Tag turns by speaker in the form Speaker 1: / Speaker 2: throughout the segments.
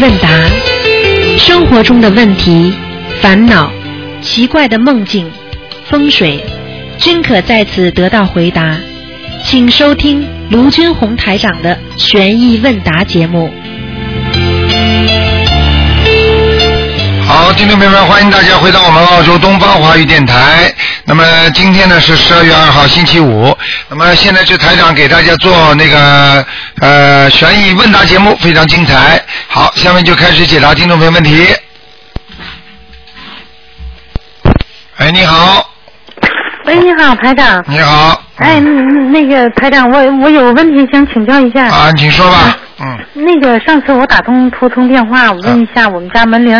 Speaker 1: 问答，生活中的问题、烦恼、奇怪的梦境、风水，均可在此得到回答。请收听卢军红台长的悬疑问答节目。
Speaker 2: 好，听众朋友们，欢迎大家回到我们澳洲东方华语电台。那么今天呢是十二月二号，星期五。那么现在是台长给大家做那个呃悬疑问答节目，非常精彩。好，下面就开始解答听众朋友问题。哎，你好，
Speaker 3: 喂，你好，台长。
Speaker 2: 你好，
Speaker 3: 哎，嗯那个台长，我我有个问题想请教一下。
Speaker 2: 啊，请说吧，嗯。啊
Speaker 3: 那个上次我打通途通电话，我问一下我们家门铃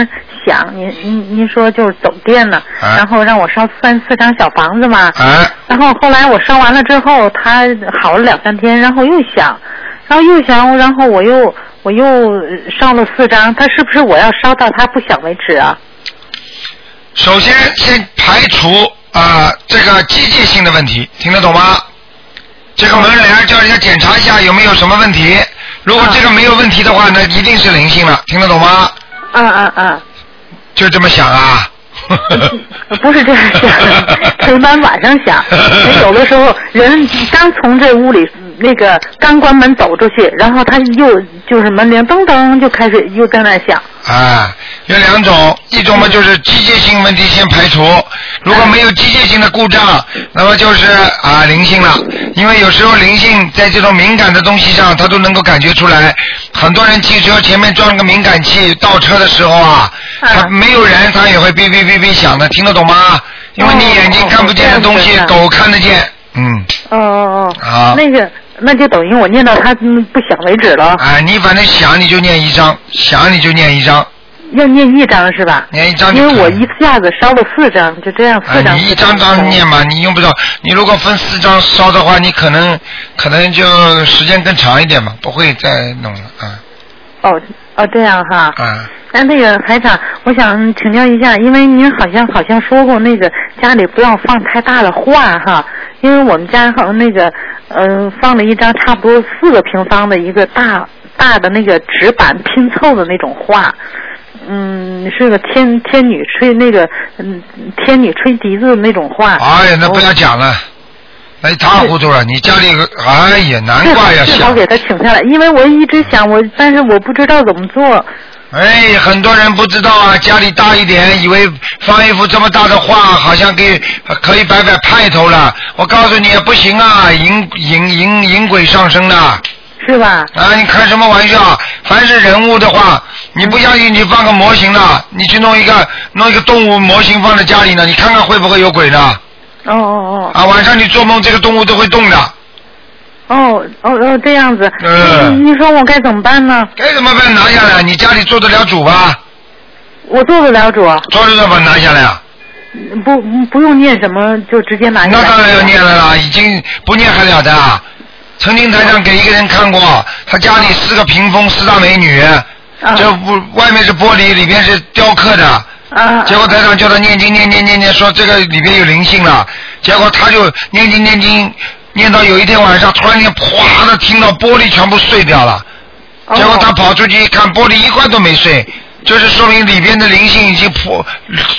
Speaker 3: 响，您您您说就是走电了，
Speaker 2: 啊
Speaker 3: 然后让我烧三四张小房子嘛，
Speaker 2: 哎，
Speaker 3: 然后后来我烧完了之后，它好了两三天，然后又响，然后又响，然后我又我又呃烧了四张，它是不是我要烧到它不响为止啊？
Speaker 2: 首先先排除啊、这个机械性的问题，听得懂吗？这个门铃儿叫人家检查一下有没有什么问题，如果这个没有问题的话，那一定是灵性了，听得懂吗？
Speaker 3: 嗯嗯嗯，
Speaker 2: 就这么想啊。
Speaker 3: 不是这样想 的，他一般晚上想，有的时候人刚从这屋里那个刚关门走出去，然后他又就是门铃噔噔就开始又在那儿响。
Speaker 2: 啊，有两种，一种嘛就是机械性问题先排除，如果没有机械性的故障，那么就是啊灵性了，因为有时候灵性在这种敏感的东西上，它都能够感觉出来。很多人汽车前面装了个敏感器，倒车的时候啊，
Speaker 3: 嗯
Speaker 2: 它没有人，它也会哔哔哔哔响的，听得懂吗？因为你眼睛看不见的东
Speaker 3: 哦
Speaker 2: 西
Speaker 3: 这，样子啊
Speaker 2: 狗看得见，嗯，
Speaker 3: 哦哦
Speaker 2: 啊
Speaker 3: 哦，那个那就等于我念到他嗯不响为止了，
Speaker 2: 啊，你反正想你就念一张，想你就念一张，
Speaker 3: 要念一张是吧？
Speaker 2: 念一张就
Speaker 3: 因
Speaker 2: 可以了。
Speaker 3: 为我一下子烧了四张，就这样
Speaker 2: 啊，
Speaker 3: 四张。
Speaker 2: 你一张张念嘛，你用不着。你如果分四张烧的话，你可能可能就时间更长一点嘛，不会再弄了啊
Speaker 3: 哦哦，这样哈。
Speaker 2: 啊
Speaker 3: 哎，那个台长，我想请教一下，因为您好像好像说过那个家里不要放太大的画哈，因为我们家好像那个嗯、呃放了一张差不多四个平方的一个大大的那个纸板拼凑的那种画，嗯，是个天天女吹那个嗯天女吹笛子的那种画。
Speaker 2: 哎呀，那不要讲了，那一塌糊涂了。你家里有个，哎呀，难
Speaker 3: 最好
Speaker 2: 怪要
Speaker 3: 最哦好
Speaker 2: 想
Speaker 3: 给。他请下来，因为我一直想我，但是我不知道怎么做。
Speaker 2: 哎，很多人不知道啊，家里大一点，以为放一幅这么大的画，好像给可以摆摆派头了。我告诉你，不行啊，引引引引鬼上身了。
Speaker 3: 是吧？
Speaker 2: 啊，你开什么玩笑？凡是人物的话，你不相信你放个模型的，你去弄一个弄一个动物模型放在家里呢，你看看会不会有鬼呢？
Speaker 3: 哦哦哦
Speaker 2: 啊，晚上你做梦这个动物都会动的，
Speaker 3: 哦哦哦，这样子。
Speaker 2: 嗯
Speaker 3: 你你说我该怎么办呢？
Speaker 2: 该怎么办？拿下来，你家里做得了主吧？
Speaker 3: 我做得了主，啊
Speaker 2: 做得了吧？拿下来啊！
Speaker 3: 不不用念什么，就直接拿下来。
Speaker 2: 那当然要念了啦，已经不念还了的啊。曾经台上给一个人看过，他家里四个屏风，四大美女，
Speaker 3: 啊
Speaker 2: 这不外面是玻璃，里面是雕刻的。
Speaker 3: 啊，
Speaker 2: 结果台长叫他念经念念念念，说这个里边有灵性了。结果他就念经念经，念到有一天晚上，突然间哗的听到玻璃全部碎掉了。
Speaker 3: 哦
Speaker 2: 结果他跑出去一看，玻璃一块都没碎，就是说明里边的灵性已经破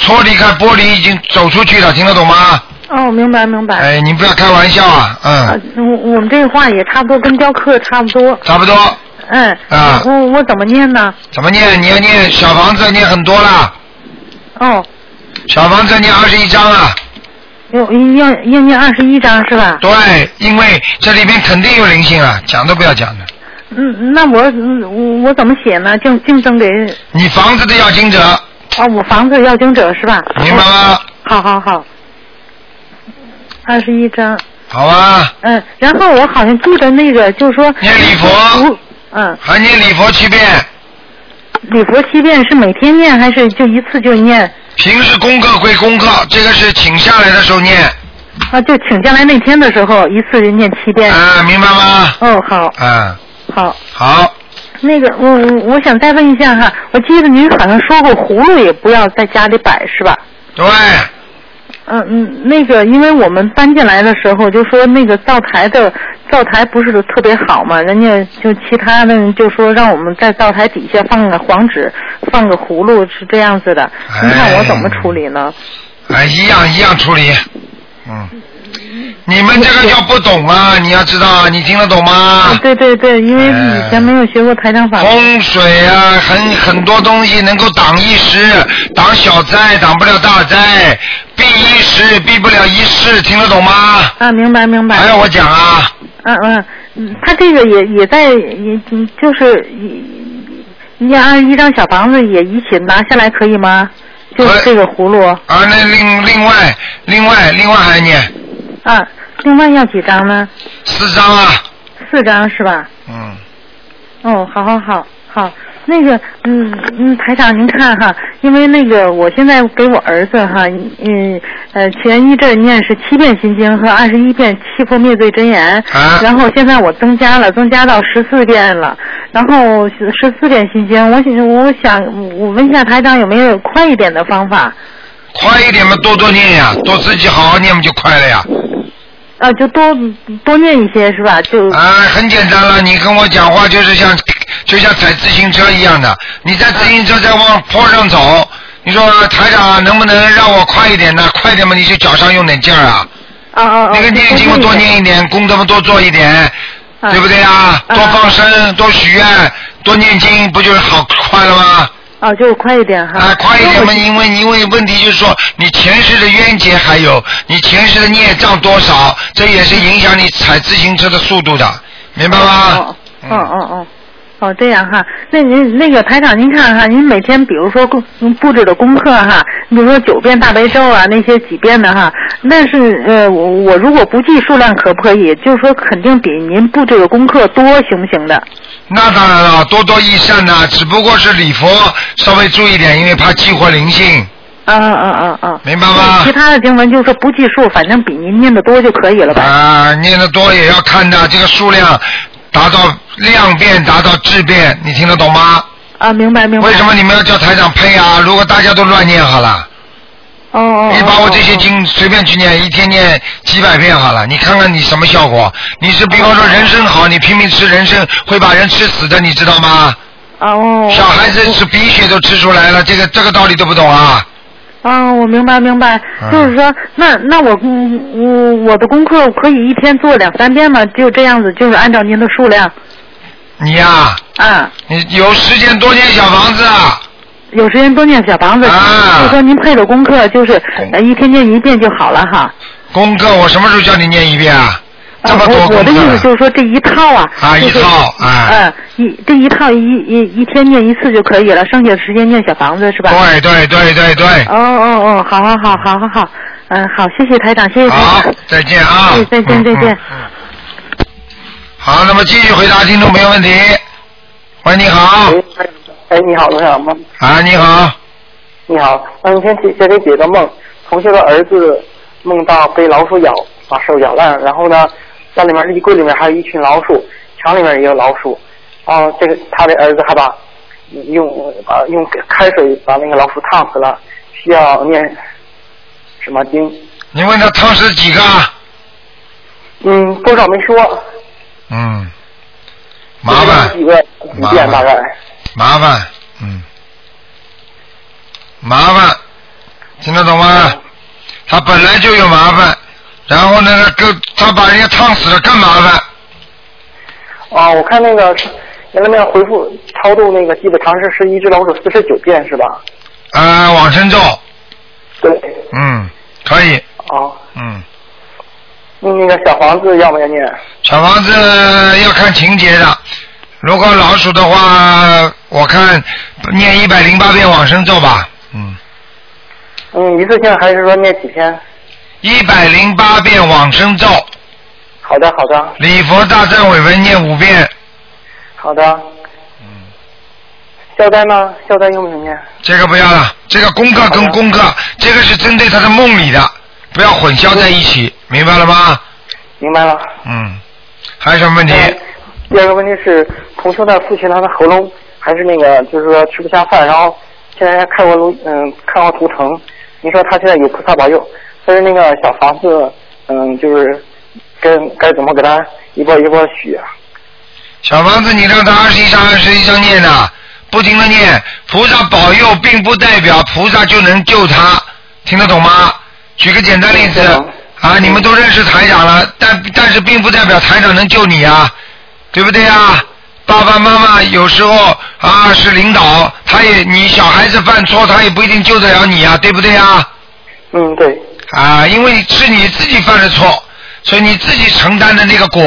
Speaker 2: 脱离开玻璃，已经走出去了，听得懂吗？
Speaker 3: 哦，明白明白。
Speaker 2: 哎，你不要开玩笑啊，
Speaker 3: 啊
Speaker 2: 嗯，，
Speaker 3: 我我们这个话也差不多，跟雕刻差不多。
Speaker 2: 差不多。
Speaker 3: 嗯，
Speaker 2: 啊
Speaker 3: 我我怎么念呢？
Speaker 2: 怎么念？你要念小房子，念很多啦，
Speaker 3: 哦，
Speaker 2: 小房子念二十一章啊。
Speaker 3: 要要要念二十一章是吧？
Speaker 2: 对，因为这里边肯定有灵性啊，讲都不要讲的。
Speaker 3: 嗯，那我嗯我怎么写呢？竞竞争给
Speaker 2: 你房子的要经者，
Speaker 3: 啊，我房子要经者是吧？哦
Speaker 2: 明白吗？
Speaker 3: 好好好，二十一章。
Speaker 2: 好吧，
Speaker 3: 嗯，然后我好像记得那个，就是说
Speaker 2: 念礼佛，
Speaker 3: 嗯，
Speaker 2: 还念礼佛七遍，
Speaker 3: 礼佛七遍是每天念还是就一次就念？
Speaker 2: 平时功课归功课，这个是请下来的时候念，
Speaker 3: 啊，就请下来那天的时候，一次就念七遍。
Speaker 2: 啊，明白吗？
Speaker 3: 哦，好，
Speaker 2: 啊，
Speaker 3: 好，
Speaker 2: 好，
Speaker 3: 那个我我我想再问一下哈，我记得您好像说过葫芦也不要在家里摆是吧？
Speaker 2: 对，
Speaker 3: 嗯嗯，那个，因为我们搬进来的时候就说那个灶台的灶台不是特别好嘛，人家就其他的人就说让我们在灶台底下放个黄纸，放个葫芦是这样子的。你看我怎么处理呢？
Speaker 2: 哎，一样一样处理。嗯，你们这个叫不懂啊！你要知道啊，你听得懂吗
Speaker 3: 啊，？对对对，因为以前没有学过台长法。
Speaker 2: 哎风水啊，很很多东西能够挡一时，挡小灾，挡不了大灾；避一时，避不了一世，听得懂吗？
Speaker 3: 啊，明白明白。
Speaker 2: 还要我讲啊？
Speaker 3: 嗯嗯嗯，他这个也也在也就是一一二一张小房子也一起拿下来可以吗？就是这个葫芦
Speaker 2: 啊，那另另外另外哎另外还念
Speaker 3: 啊，另外要几张呢？
Speaker 2: 四张啊，
Speaker 3: 四张是吧？
Speaker 2: 嗯，
Speaker 3: 哦，好好好好，那个，嗯嗯，台长您看哈，因为那个我现在给我儿子哈，嗯呃前一阵儿念是七遍心经和二十一遍七佛灭罪真言，
Speaker 2: 啊
Speaker 3: 然后现在我增加了，增加到十四遍了，然后十四遍心经，我想我想我问一下台长有没有快一点的方法？
Speaker 2: 快一点嘛，多多念呀，多自己好好念不就快了呀？
Speaker 3: 啊，就多多念一些是吧？就
Speaker 2: 啊，很简单了，你跟我讲话就是像就像踩自行车一样的，你在自行车在往坡上走，你说啊台长能不能让我快一点呢？快一点嘛，你就脚上用点劲儿啊。
Speaker 3: 啊啊啊！
Speaker 2: 那个念经嘛，多念一点，功德嘛多做一点，
Speaker 3: 啊
Speaker 2: 对不对啊？
Speaker 3: 啊
Speaker 2: 多放生，多许愿，多念经，不就是好快了吗？
Speaker 3: 啊，就快一点哈。
Speaker 2: 啊，快一
Speaker 3: 因
Speaker 2: 点
Speaker 3: 为我
Speaker 2: 嘛！因为因为问题就是说，你前世的冤结还有你前世的孽障多少，这也是影响你踩自行车的速度的，明白吗嗯
Speaker 3: 哦？哦哦哦。哦，这样哈，那您那个台长，您看哈，您每天比如说布布置的功课哈，你比如说九遍大悲咒啊，那些几遍的哈，但是呃，我我如果不记数量可不可以？就是说肯定比您布置的功课多，行不行的？
Speaker 2: 那当然了，多多益善呐、只不过是礼佛稍微注意点，因为怕激活灵性，
Speaker 3: 啊啊啊啊！
Speaker 2: 明白吗
Speaker 3: 其？他的经文就是说不计数，反正比您念的多就可以了吧？
Speaker 2: 啊，念得多也要看的，这个数量达到量变，达到质变，你听得懂吗？
Speaker 3: 啊，明白明白。
Speaker 2: 为什么？你们要叫台长配啊？如果大家都乱念好了。
Speaker 3: 哦哦。
Speaker 2: 你把我这些
Speaker 3: 哦
Speaker 2: 经随便去念，一天念几百遍好了，你看看你什么效果？你是比方说人参好，你拼命吃人参会把人吃死的，你知道吗？
Speaker 3: 哦哦。
Speaker 2: 小孩子吃鼻血都吃出来了，这个这个道理都不懂啊？
Speaker 3: 啊，我明白明白，
Speaker 2: 嗯
Speaker 3: 就是说，那那我嗯我我的功课可以一天做两三遍吗？就这样子，就是按照您的数量
Speaker 2: 你呀、
Speaker 3: 啊，
Speaker 2: 你有时间多念小房子啊，
Speaker 3: 有时间多念小房子，
Speaker 2: 啊
Speaker 3: 就说您配的功课就是
Speaker 2: 功
Speaker 3: 呃一天念一遍就好了哈。
Speaker 2: 功课我什么时候叫你念一遍啊？这么多
Speaker 3: 啊、我我
Speaker 2: 功
Speaker 3: 的意思就
Speaker 2: 课
Speaker 3: 是说这一套啊，
Speaker 2: 啊
Speaker 3: 就是
Speaker 2: 一套啊
Speaker 3: 呃一这一套一一一天念一次就可以了，剩下的时间念小房子是吧？
Speaker 2: 对对对对对，
Speaker 3: 哦哦哦，好好好好好好，嗯好，谢谢台长，谢谢台
Speaker 2: 好
Speaker 3: 长。，
Speaker 2: 再见啊
Speaker 3: 嗯！再见
Speaker 2: 嗯
Speaker 3: 再见。
Speaker 2: 嗯嗯好，那么继续回答听众朋友问题。喂，你好。
Speaker 4: 哎，你好，罗校长吗？
Speaker 2: 啊，你好，
Speaker 4: 你好，嗯，先给先给解个梦，同学的儿子梦到被老鼠咬，把手咬烂，然后呢，家里面衣柜里面还有一群老鼠，墙里面也有老鼠，然后这个他的儿子还把用把用开水把那个老鼠烫死了，需要念什么经？
Speaker 2: 你问他烫死几个？啊
Speaker 4: 嗯，多少没说，
Speaker 2: 嗯，麻烦
Speaker 4: 几个几遍大概？
Speaker 2: 麻烦，嗯，麻烦，听得懂
Speaker 4: 嗯
Speaker 2: 吗？他本来就有麻烦，然后呢，他更他把人家烫死了更麻烦。
Speaker 4: 啊，我看那个原来那个回复超度那个基本常识是一只老鼠四十九遍是吧？
Speaker 2: 呃，往生咒，
Speaker 4: 对，
Speaker 2: 嗯，可以，
Speaker 4: 哦，
Speaker 2: 嗯，
Speaker 4: 那嗯那个小房子要不要念？
Speaker 2: 小房子要看情节的。如果老鼠的话，我看念一百零八遍往生咒吧，嗯，
Speaker 4: 嗯，一次性还是说念几天？
Speaker 2: 一百零八遍往生咒。
Speaker 4: 好的，好的，
Speaker 2: 礼佛大忏悔文念五遍，
Speaker 4: 好的。嗯。消灾呢？消灾用不用念？
Speaker 2: 这个不要了。这个功课跟功课，这个是针对他的梦里的，不要混淆在一起，明白了吗？
Speaker 4: 明白了。
Speaker 2: 嗯。还有什么问题？
Speaker 4: 嗯第二个问题是，同修的父亲他的喉咙还是那个，就是说吃不下饭，然后现在看过录，嗯，看过图腾，您说他现在有菩萨保佑，但是那个小房子，嗯，就是跟该怎么给他一波一波许啊？
Speaker 2: 小房子，你让他二十一张、二十一张念呐，不停的念，菩萨保佑，并不代表菩萨就能救他，听得懂吗？举个简单例
Speaker 4: 听得
Speaker 2: 子
Speaker 4: 懂
Speaker 2: 啊，你们都认识台长了，但但是并不代表台长能救你啊，对不对啊？爸爸妈妈有时候啊是领导，他也你小孩子犯错，他也不一定救得了你啊，对不对啊？
Speaker 4: 嗯，对，
Speaker 2: 啊，因为是你自己犯的错，所以你自己承担的那个果。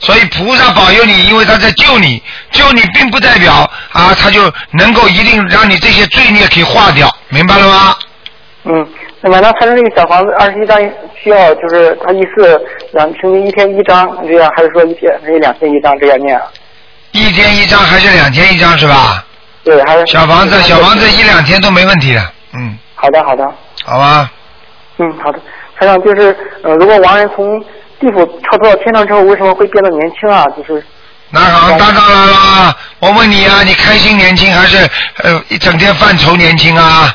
Speaker 2: 所以菩萨保佑你，因为他在救你，救你并不代表啊，他就能够一定让你这些罪孽给化掉，明白了吗？
Speaker 4: 嗯，那么那他这个小房子二十一张需要就是他一次两平均一天一张这样，还是说一天还是两天一张这样念啊？
Speaker 2: 一天一张还是两天一张是吧？
Speaker 4: 对，还是
Speaker 2: 小房子，小房子一两天都没问题的，嗯，
Speaker 4: 好的，好的。
Speaker 2: 好吧，
Speaker 4: 嗯，好的。还有就是，呃，如果亡人从地府超脱到天上之后，为什么会变得年轻啊？就是，
Speaker 2: 那好，当当然啦。我问你啊，你开心年轻还是呃一整天犯愁年轻啊？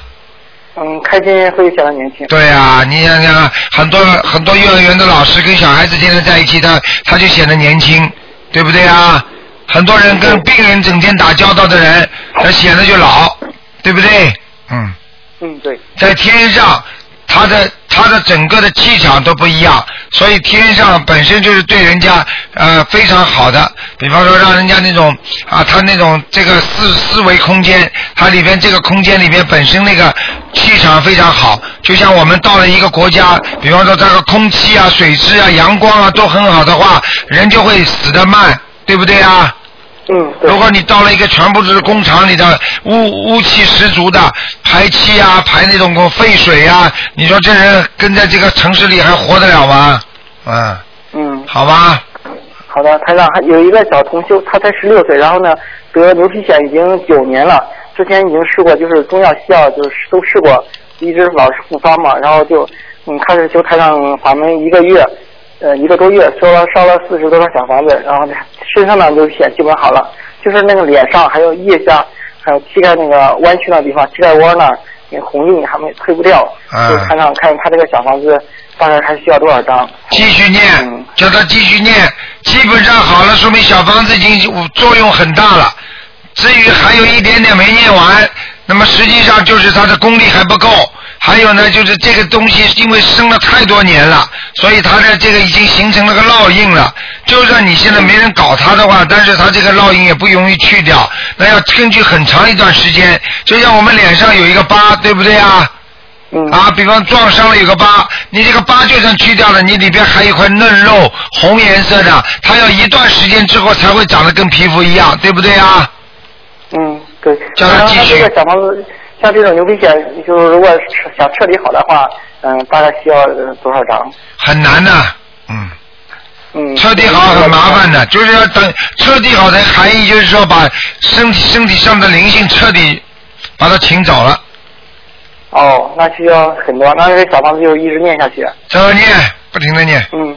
Speaker 4: 嗯，开心会显得年轻。
Speaker 2: 对啊，你想想，很多很多幼儿园的老师跟小孩子天天在一起，他他就显得年轻，对不对啊？很多人跟病人整天打交道的人，他显得就老，对不对？嗯，
Speaker 4: 嗯，对，
Speaker 2: 在天上，他的他的整个的气场都不一样，所以天上本身就是对人家呃非常好的，比方说让人家那种啊，他那种这个思思维空间，它里边这个空间里边本身那个气场非常好，就像我们到了一个国家，比方说这个空气啊、水质啊、阳光啊都很好的话，人就会死得慢，对不对啊？
Speaker 4: 嗯，对。
Speaker 2: 如果你到了一个全部是工厂里的污污气十足的排气啊，排那种废水啊，你说这人跟在这个城市里还活得了吗？嗯，
Speaker 4: 嗯，
Speaker 2: 好吧，
Speaker 4: 好的，台长，还有一个小同修，他才十六岁，然后呢得牛皮癣已经九年了，之前已经试过，就是中药西药就是都试过，一直老是复发嘛，然后就嗯开始修台长法门一个月，呃一个多月，烧了烧了四十多张小房子，然后呢身上的牛皮癣基本好了，就是那个脸上还有腋下，还有膝盖那个弯曲那地方，膝盖窝那儿那红印还没退不掉，
Speaker 2: 嗯
Speaker 4: 就台长看他这个小房子大概还需要多少张？
Speaker 2: 继续念
Speaker 4: 嗯，
Speaker 2: 叫他继续念，基本上好了，说明小房子已经作用很大了。至于还有一点点没念完，那么实际上就是他的功力还不够。还有呢，就是这个东西因为生了太多年了，所以他的这个已经形成了个烙印了。就算你现在没人搞他的话，但是他这个烙印也不容易去掉，那要根据很长一段时间。就像我们脸上有一个疤，对不对啊？
Speaker 4: 嗯
Speaker 2: 啊，比方撞伤了有个疤，你这个疤就算去掉了，你里边还有一块嫩肉，红颜色的，它要一段时间之后才会长得跟皮肤一样，对不对啊？
Speaker 4: 嗯，对。
Speaker 2: 叫他
Speaker 4: 然后
Speaker 2: 继
Speaker 4: 他
Speaker 2: 续
Speaker 4: 这个小房子，像这种牛皮癣，就是如果彻想彻底好的话，嗯，大概需要呃多少张？
Speaker 2: 很难的、嗯，
Speaker 4: 嗯，
Speaker 2: 彻底好很麻烦。的，就是要等彻底好的含义就是说把身体身体上的灵性彻底把它请走了，
Speaker 4: 哦，那需要很多，那这个小房子就一直念下去。
Speaker 2: 最后念，不停的念，
Speaker 4: 嗯，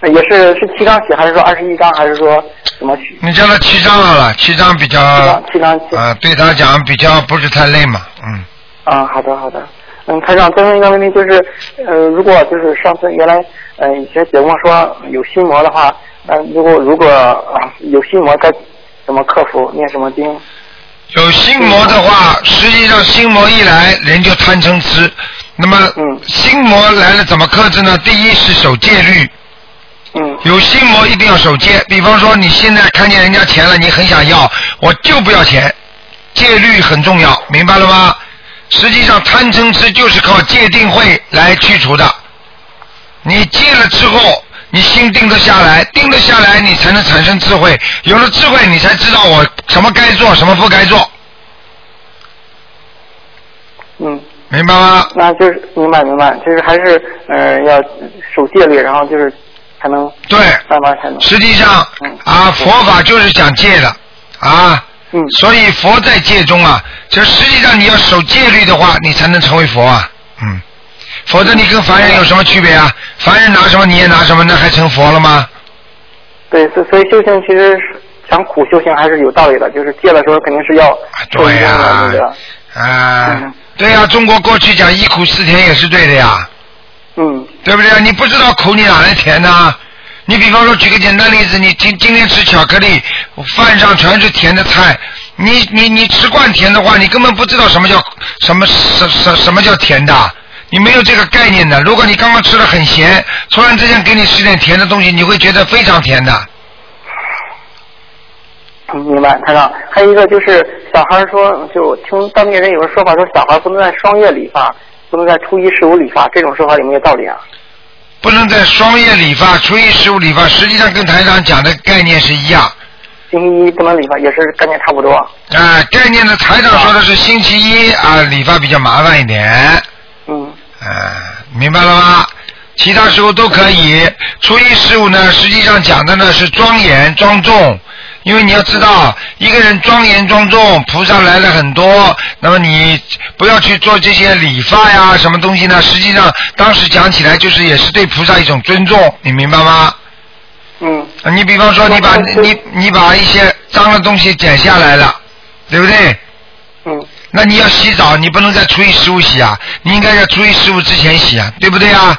Speaker 4: 那也是是七张写，还是说二十一张，还是说怎么许？
Speaker 2: 你叫他七张好了，七张比较
Speaker 4: 七
Speaker 2: 啊
Speaker 4: 张，、七张，七
Speaker 2: 对他讲比较不是太累嘛，嗯。
Speaker 4: 啊，好的好的。嗯，台长，再问一个问题，就是，呃，如果就是上次原来，呃，以前节目说有心魔的话，呃，如果如果、啊有心魔该怎么克服？念什么经？
Speaker 2: 有心魔的话，实际上心魔一来，人就贪嗔痴。那么
Speaker 4: 嗯，
Speaker 2: 心魔来了怎么克制呢？第一是守戒律，
Speaker 4: 嗯
Speaker 2: 有心魔一定要守戒。比方说，你现在看见人家钱了，你很想要，我就不要钱，戒律很重要，明白了吗？实际上，贪嗔痴就是靠戒定慧来去除的。你戒了之后，你心定得下来，定得下来，你才能产生智慧。有了智慧，你才知道我什么该做，什么不该做，
Speaker 4: 嗯，
Speaker 2: 明白吗？
Speaker 4: 那就是明白明白，就是还是呃要守戒律，然后就是才能
Speaker 2: 对，
Speaker 4: 慢慢才能。
Speaker 2: 实际上
Speaker 4: 嗯
Speaker 2: 啊，佛法就是讲戒的啊，
Speaker 4: 嗯
Speaker 2: 所以佛在戒中啊，就实际上你要守戒律的话，你才能成为佛啊，嗯，否则你跟凡人有什么区别啊？凡人拿什么你也拿什么，那还成佛了吗？
Speaker 4: 对，所所以修行其实是想苦修行还是有道理的，就是戒的时候肯定是要受
Speaker 2: 啊对
Speaker 4: 一定
Speaker 2: 呀
Speaker 4: 的那个。
Speaker 2: 啊
Speaker 4: 嗯，
Speaker 2: 对呀、中国过去讲一苦四甜也是对的呀，
Speaker 4: 嗯
Speaker 2: 对不对？你不知道苦，你哪来甜呢、你比方说，举个简单例子，你今今天吃巧克力，饭上全是甜的菜，你你你吃惯甜的话，你根本不知道什么叫什么什什什么叫甜的，你没有这个概念的。如果你刚刚吃的很咸，突然之间给你吃点甜的东西，你会觉得非常甜的。
Speaker 4: 嗯，明白，台长。还有一个就是小孩儿说，就听当地人有个说法，说小孩儿不能在双月理发，不能在初一十五理发，这种说法有没有道理啊？
Speaker 2: 不能在双夜理发、初一十五理发，实际上跟台长讲的概念是一样。
Speaker 4: 星期一不能理发，也是概念差不多。
Speaker 2: 啊、概念呢，台长说的是星期一啊、理发比较麻烦一点。
Speaker 4: 嗯
Speaker 2: 啊，明白了吗？其他时候都可以。初一十五呢，实际上讲的呢是庄严庄重，因为你要知道，一个人庄严庄重，菩萨来了很多，那么你不要去做这些理发呀，什么东西呢？实际上当时讲起来就是也是对菩萨一种尊重，你明白吗？
Speaker 4: 嗯
Speaker 2: 啊你比方说你把你你把一些脏的东西剪下来了，对不对？
Speaker 4: 嗯
Speaker 2: 那你要洗澡，你不能在初一十五洗啊，你应该在初一十五之前洗啊，对不对啊？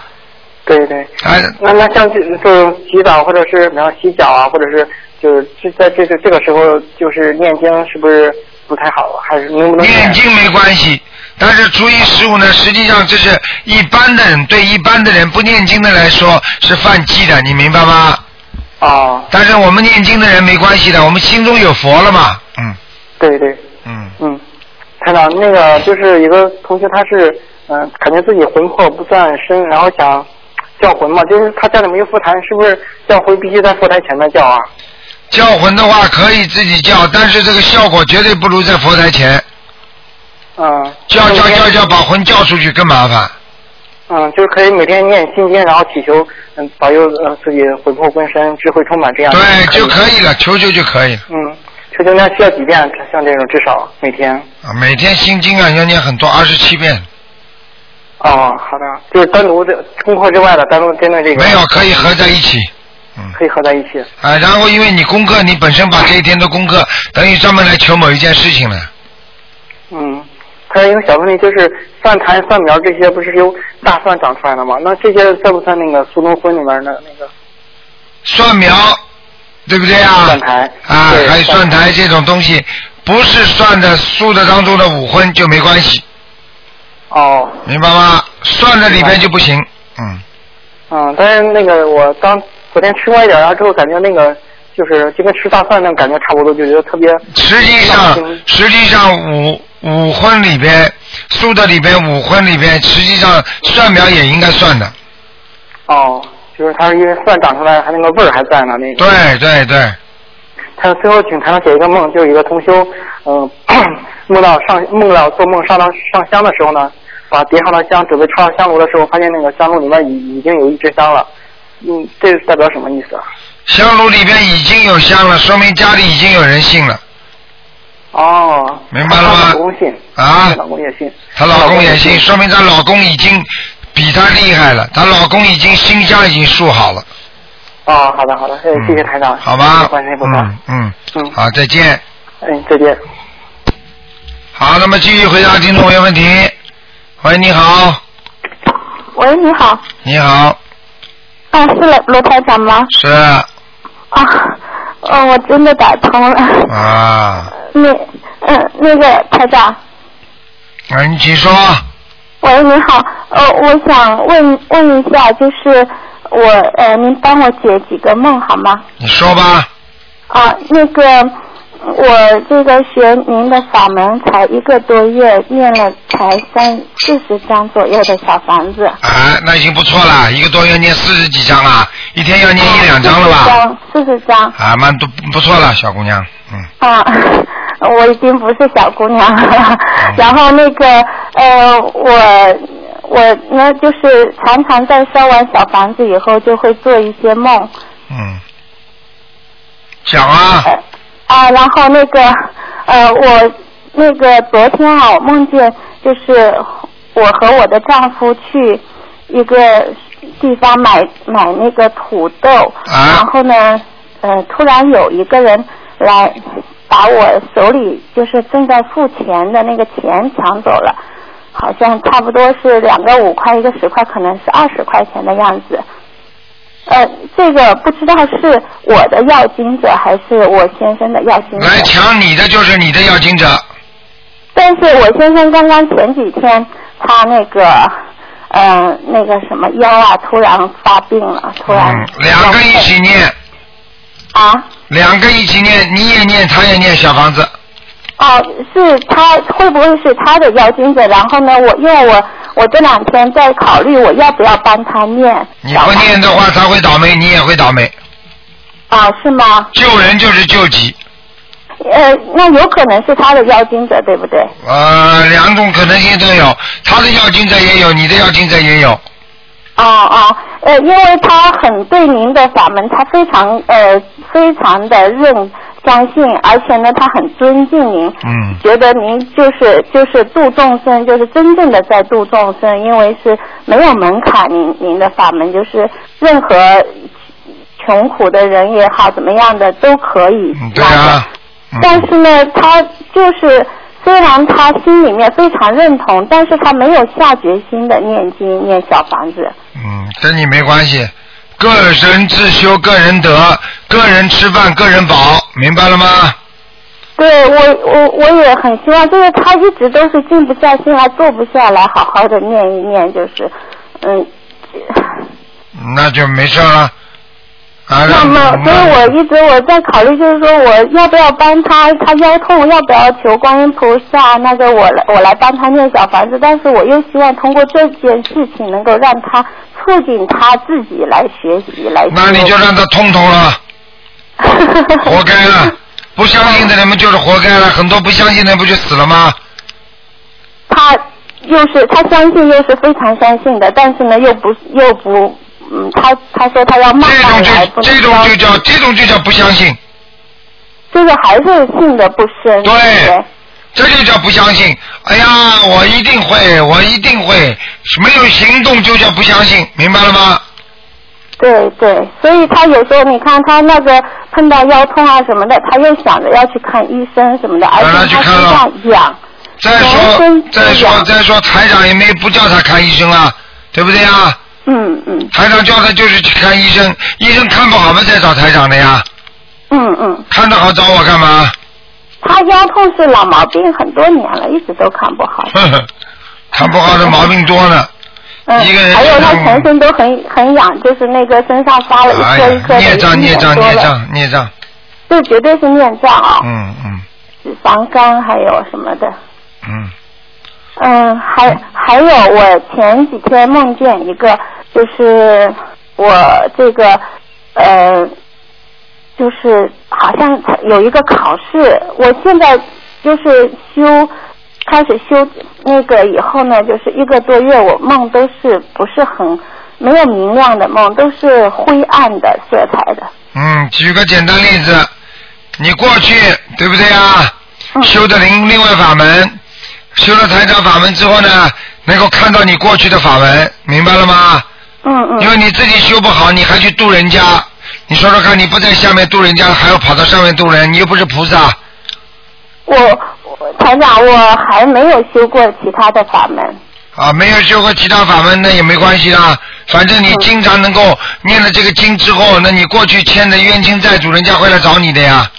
Speaker 4: 对对。
Speaker 2: 哎，
Speaker 4: 那那像这就是洗澡或者是然后洗脚啊，或者是就是这在这个这个时候就是念经是不是不太好啊？还是能不能
Speaker 2: 念经没关系，但是初一十五呢，实际上这是一般的人对一般的人不念经的来说是犯忌的，你明白吗？
Speaker 4: 哦，
Speaker 2: 但是我们念经的人没关系的，我们心中有佛了嘛，嗯
Speaker 4: 对对，
Speaker 2: 嗯，
Speaker 4: 嗯，台长，那个就是一个同学，他是嗯、呃感觉自己魂魄不算深，然后想叫魂嘛，就是他家里没有佛坛，是不是叫魂必须在佛台前面叫啊？
Speaker 2: 叫魂的话可以自己叫，但是这个效果绝对不如在佛台前
Speaker 4: 嗯，
Speaker 2: 叫叫叫
Speaker 4: 就
Speaker 2: 叫把魂叫出去更麻烦。
Speaker 4: 嗯，就是可以每天念心经，然后祈求嗯保佑呃自己魂魄归身，智慧充满这样的
Speaker 2: 对，就
Speaker 4: 以
Speaker 2: 可以了，求求就可以了
Speaker 4: 嗯，求经量需要几遍？像这种至少每天。
Speaker 2: 啊！每天心经啊要念很多，二十七遍，
Speaker 4: 嗯哦，好的，就是单独的功课之外的，单独针对这个
Speaker 2: 没有可以合在一起。嗯
Speaker 4: 可以合在一起。
Speaker 2: 啊，然后因为你功课，你本身把这一天的功课等于专门来求某一件事情了。
Speaker 4: 嗯，还有一个小问题就是，蒜苔、蒜苗这些不是由大蒜长出来的吗？那这些算不算那个苏东坡里面的那个
Speaker 2: 蒜苗，对不对啊？
Speaker 4: 蒜苔
Speaker 2: 啊
Speaker 4: 对，
Speaker 2: 还有蒜
Speaker 4: 蒜
Speaker 2: 苔这种东西，不是算的素的当中的五荤就没关系，
Speaker 4: 哦，
Speaker 2: 明白吗？蒜的里边就不行。嗯，
Speaker 4: 嗯，但是那个我刚昨天吃过一点，然后之后感觉那个就是就跟吃大蒜那种感觉差不多，就觉得特别
Speaker 2: 实际上实际上五五荤里边，素的里边五荤里边，实际上蒜苗也应该算的。
Speaker 4: 哦，就是它是因为蒜长出来，它那个味儿还在呢。那个，
Speaker 2: 对哎对对，
Speaker 4: 他最后请台上写一个梦，就是一个同修，嗯、梦到上梦到做梦上到上香的时候呢，把叠好的香准备插到香炉的时候，发现那个香炉里面已已经有一支香了。嗯，这代表什么意思啊？
Speaker 2: 香炉里边已经有香了，说明家里已经有人信了
Speaker 4: 哦，
Speaker 2: 明白了吗
Speaker 4: 她老公信，
Speaker 2: 啊
Speaker 4: 她。老公也信，
Speaker 2: 她老公也信，说明她老公已经比她厉害了，她老公已经心香已经树好了。
Speaker 4: 哦，好的好的，哎
Speaker 2: 嗯
Speaker 4: 谢谢台长，
Speaker 2: 好吧
Speaker 4: 谢谢，关心不错，
Speaker 2: 嗯嗯，
Speaker 4: 嗯
Speaker 2: 好，再见。
Speaker 4: 嗯，再见。
Speaker 2: 好，那么继续回答听众朋友问题。喂，你好，
Speaker 5: 喂，你好，
Speaker 2: 你好，
Speaker 5: 啊，是罗罗台长吗？
Speaker 2: 是
Speaker 5: 啊，呃，我真的打通了。
Speaker 2: 啊，
Speaker 5: 那，嗯，那个台长，
Speaker 2: 啊，你请说。
Speaker 5: 喂，你好，呃，我想问问一下，就是我，呃，您帮我解几个梦好吗？
Speaker 2: 你说吧，
Speaker 5: 啊，那个，我这个学您的法门才一个多月，念了才三四十张左右的小房子。
Speaker 2: 啊，那已经不错了，一个多月念四十几章了，一天要念一两章了吧？
Speaker 5: 哦四十张，四十张。
Speaker 2: 啊，蛮都不错了，小姑娘，嗯，
Speaker 5: 啊， 我已经不是小姑娘了。然后那个呃，我我呢，就是常常在烧完小房子以后，就会做一些梦。
Speaker 2: 嗯，讲啊，
Speaker 5: 呃啊，然后那个呃，我那个昨天啊，我梦见就是我和我的丈夫去一个地方买买那个土豆，
Speaker 2: 啊
Speaker 5: 然后呢，呃，突然有一个人来把我手里就是正在付钱的那个钱抢走了。好像差不多是两个五块，一个十块，可能是二十块钱的样子。呃，这个不知道是我的要经者还是我先生的要经者。
Speaker 2: 来抢你的就是你的要经者，
Speaker 5: 但是我先生刚刚前几天他那个，嗯、那个什么腰啊，突然发病了，突然、
Speaker 2: 嗯，两个一起念，
Speaker 5: 啊。
Speaker 2: 两个一起念，你也念，他也念小房子，
Speaker 5: 哦，是他会不会是他的邀请者？然后呢，我因为我我这两天在考虑我要不要帮他念
Speaker 2: 你不念的话，他会倒霉，你也会倒霉。
Speaker 5: 啊、是吗？
Speaker 2: 救人就是救己，
Speaker 5: 呃，那有可能是他的邀请者，对不对？
Speaker 2: 呃，两种可能性都有，他的要经者也有，你的要经者也有。
Speaker 5: 哦哦，呃，因为他很对您的法门，他非常呃非常的认相信，而且呢，他很尊敬您，
Speaker 2: 嗯，
Speaker 5: 觉得您就是就是度众生，就是真正的在度众生，因为是没有门槛，您您的法门就是任何穷苦的人也好，怎么样的都可以
Speaker 2: 嗯对啊。嗯
Speaker 5: 但是呢，他就是虽然他心里面非常认同，但是他没有下决心的念经念小房子。
Speaker 2: 嗯，跟你没关系，个人自修，个人得，个人吃饭，个人饱，明白了吗？
Speaker 5: 对我我我也很希望，就是他一直都是静不下心来，坐不下来，好好的念一念，就是嗯。
Speaker 2: 嗯那就没事了。啊，
Speaker 5: 那么，所以我一直我在考虑，就是说我要不要帮他，他腰痛要不要求观音菩萨，那个我来我来帮他念小房子，但是我又希望通过这件事情能够让他促进他自己来学习来修。
Speaker 2: 那你就让他痛 痛了，活该了。不相信的人们就是活该了，很多不相信的人不就死了吗？
Speaker 5: 他又是他相信又是非常相信的，但是呢又不又不嗯，他他说他要慢
Speaker 2: 这
Speaker 5: 慢
Speaker 2: 种
Speaker 5: 来，不
Speaker 2: 就
Speaker 5: 能
Speaker 2: 这种就叫这种就叫不相信，
Speaker 5: 就是还是信的不深。
Speaker 2: 对
Speaker 5: 不对
Speaker 2: 这就叫不相信。哎呀，我一定会，我一定会，没有行动就叫不相信，明白了吗？
Speaker 5: 对对，所以他有时候你看他那个碰到腰痛啊什么的，他又想着要去看医生什么的，而
Speaker 2: 那
Speaker 5: 且
Speaker 2: 去
Speaker 5: 他
Speaker 2: 看
Speaker 5: 身
Speaker 2: 了
Speaker 5: 上痒，
Speaker 2: 再说再说再说，台长也没不叫他看医生啊，对不对啊？
Speaker 5: 嗯嗯
Speaker 2: 台长叫他就是去看医生，医生看不好嘛，再找台长的呀。
Speaker 5: 嗯嗯，
Speaker 2: 看得好找我干嘛？
Speaker 5: 他腰痛是老毛病很多年了，一直都看不好。
Speaker 2: 呵呵，看不好的毛病多呢。
Speaker 5: 嗯，
Speaker 2: 一个人
Speaker 5: 还有他
Speaker 2: 嗯
Speaker 5: 全身都很很痒，就是那个身上发了一
Speaker 2: 哎
Speaker 5: 颗一颗的，
Speaker 2: 呀，孽障
Speaker 5: 已经
Speaker 2: 孽
Speaker 5: 很
Speaker 2: 障
Speaker 5: 多
Speaker 2: 孽
Speaker 5: 了，
Speaker 2: 障孽障，
Speaker 5: 这绝对是念障啊、
Speaker 2: 嗯嗯
Speaker 5: 脂肪肝还有什么的。
Speaker 2: 嗯，
Speaker 5: 嗯，还还有，我前几天梦见一个，就是我这个呃，就是好像有一个考试，我现在就是修开始修那个以后呢，就是一个多月，我梦都是不是很没有明亮的梦，都是灰暗的色彩的。
Speaker 2: 嗯，举个简单例子，你过去对不对啊？
Speaker 5: 嗯
Speaker 2: 修的另另外法门，修了台长法门之后呢，能够看到你过去的法门，明白了吗？
Speaker 5: 嗯嗯
Speaker 2: 因为你自己修不好，你还去度人家，你说说看，你不在下面度人家，还要跑到上面度人，你又不是菩萨，
Speaker 5: 我我团长，我还没有修过其他的法门。
Speaker 2: 啊，没有修过其他法门那也没关系啦，反正
Speaker 5: 嗯
Speaker 2: 你经常能够念了这个经之后，那你过去欠的冤亲债主，人家会来找你的呀。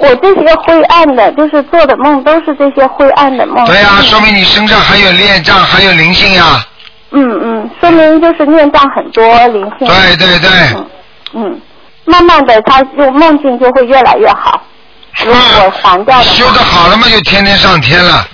Speaker 5: 我这些灰暗的，就是做的梦都是这些灰暗的梦。
Speaker 2: 对呀、说明你身上还有孽障，还有灵性呀。
Speaker 5: 嗯嗯，说明就是念障很多，灵性。
Speaker 2: 对对对，
Speaker 5: 嗯嗯，慢慢的，他就梦境就会越来越好。如果还掉的
Speaker 2: 修
Speaker 5: 话，
Speaker 2: 的好了嘛，就天天上天了，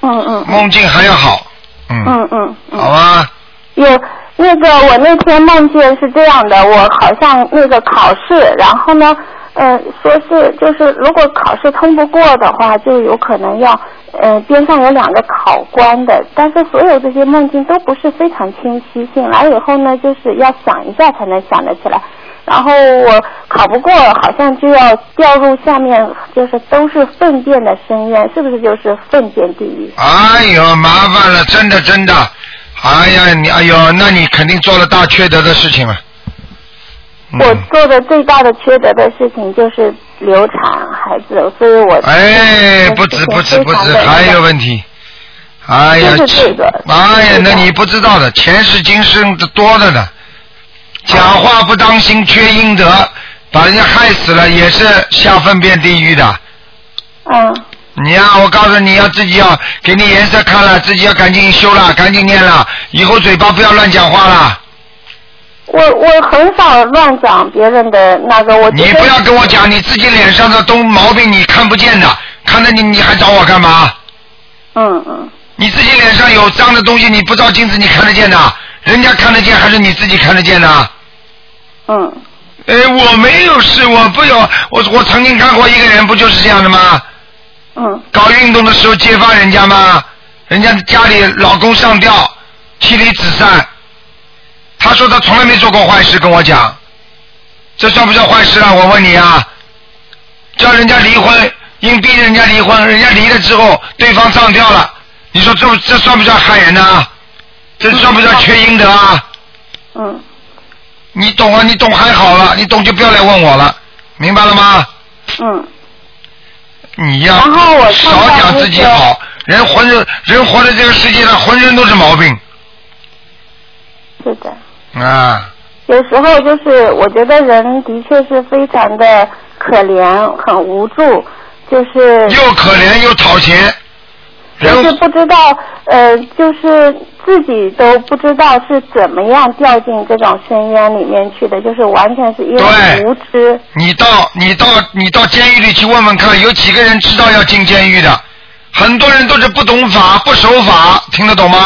Speaker 5: 嗯嗯
Speaker 2: 梦境还要好。嗯，
Speaker 5: 嗯嗯嗯，
Speaker 2: 好吧，
Speaker 5: 有那个我那天梦见是这样的，我好像那个考试，然后呢，呃，说是就是如果考试通不过的话，就有可能要，呃，边上有两个考官的，但是所有这些梦境都不是非常清晰，醒来以后呢，就是要想一下才能想得起来。然后我考不过，好像就要掉入下面就是都是粪便的深渊，是不是就是粪便地狱？
Speaker 2: 哎呦，麻烦了，真的真的，哎呀，你哎呦，那你肯定做了大缺德的事情了。嗯
Speaker 5: 我做的最大的缺德的事情就是流产孩子，所以我
Speaker 2: 哎哎，不止不止不止，还有问题，哎呀，
Speaker 5: 就是这个
Speaker 2: 哎呀
Speaker 5: 是，的
Speaker 2: 那你不知道的，前世今生的多着呢。讲话不当心，缺阴德，把人家害死了，也是下粪便地狱的。
Speaker 5: 嗯，
Speaker 2: 你呀、我告诉你要自己要给你颜色看了，自己要赶紧修了，赶紧念了，以后嘴巴不要乱讲话了。
Speaker 5: 我我很少乱讲别人的那个，我觉
Speaker 2: 你
Speaker 5: 得
Speaker 2: 不要跟我讲你自己脸上的东毛病你看不见的，看着你你还找我干嘛？
Speaker 5: 嗯嗯
Speaker 2: 你自己脸上有脏的东西，你不照镜子你看得见的，人家看得见还是你自己看得见的？
Speaker 5: 嗯
Speaker 2: 哎，我没有事，我不有，我我曾经看过一个人，不就是这样的吗？
Speaker 5: 嗯
Speaker 2: 搞运动的时候揭发人家吗？人家家里老公上吊，妻离子散。他说他从来没做过坏事，跟我讲，这算不算坏事啊？我问你啊，叫人家离婚，硬逼着人家离婚，人家离了之后，对方上吊了，你说这这算不算害人呢、这算不算缺阴德啊？
Speaker 5: 嗯
Speaker 2: 你懂啊？你懂还好了，你懂就不要来问我了，明白了吗？
Speaker 5: 嗯
Speaker 2: 你呀、
Speaker 5: 然后我看到
Speaker 2: 少讲自己好，人活着，人活在这个世界上，浑身都是毛病
Speaker 5: 是的。
Speaker 2: 啊！
Speaker 5: 有时候就是我觉得人的确是非常的可怜，很无助，就是
Speaker 2: 又可怜又讨钱，
Speaker 5: 就
Speaker 2: 人
Speaker 5: 是不知道呃，就是自己都不知道是怎么样掉进这种深渊里面去的，就是完全是因
Speaker 2: 对
Speaker 5: 为无知。
Speaker 2: 你到你到你到监狱里去问问看，有几个人知道要进监狱的？很多人都是不懂法、不守法，听得懂吗？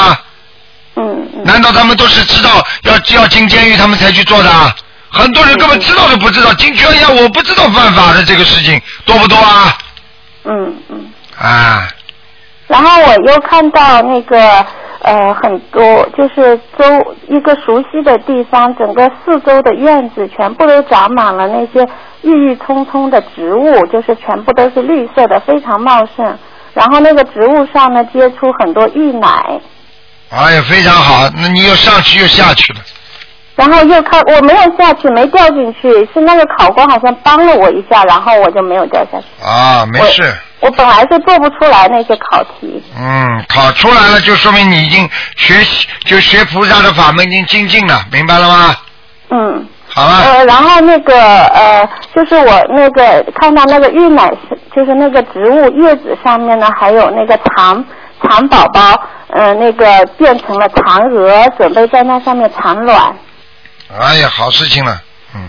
Speaker 5: 嗯嗯
Speaker 2: 难道他们都是知道要要进监狱他们才去做的啊？很多人根本知道都不知道，进去了哎呀，我不知道犯法的这个事情多不多啊？
Speaker 5: 嗯嗯。
Speaker 2: 啊，
Speaker 5: 然后我又看到那个呃很多就是周一个熟悉的地方，整个四周的院子全部都长满了那些郁郁葱葱的植物，就是全部都是绿色的，非常茂盛。然后那个植物上呢结出很多玉奶，
Speaker 2: 哎呀，非常好，那你又上去又下去了。
Speaker 5: 然后又看我没有下去，没掉进去，是那个考官好像帮了我一下，然后我就没有掉下去。
Speaker 2: 啊，没事，
Speaker 5: 我。我本来是做不出来那些考题。
Speaker 2: 嗯，考出来了就说明你已经学习，就学菩萨的法门已经精进了，明白了吗？
Speaker 5: 嗯。
Speaker 2: 好了，
Speaker 5: 呃，然后那个呃，就是我那个看到那个玉奶是，就是那个植物叶子上面呢，还有那个蚕蚕宝宝，呃，那个变成了蚕蛾，准备在那上面产卵。
Speaker 2: 哎呀，好事情了，嗯，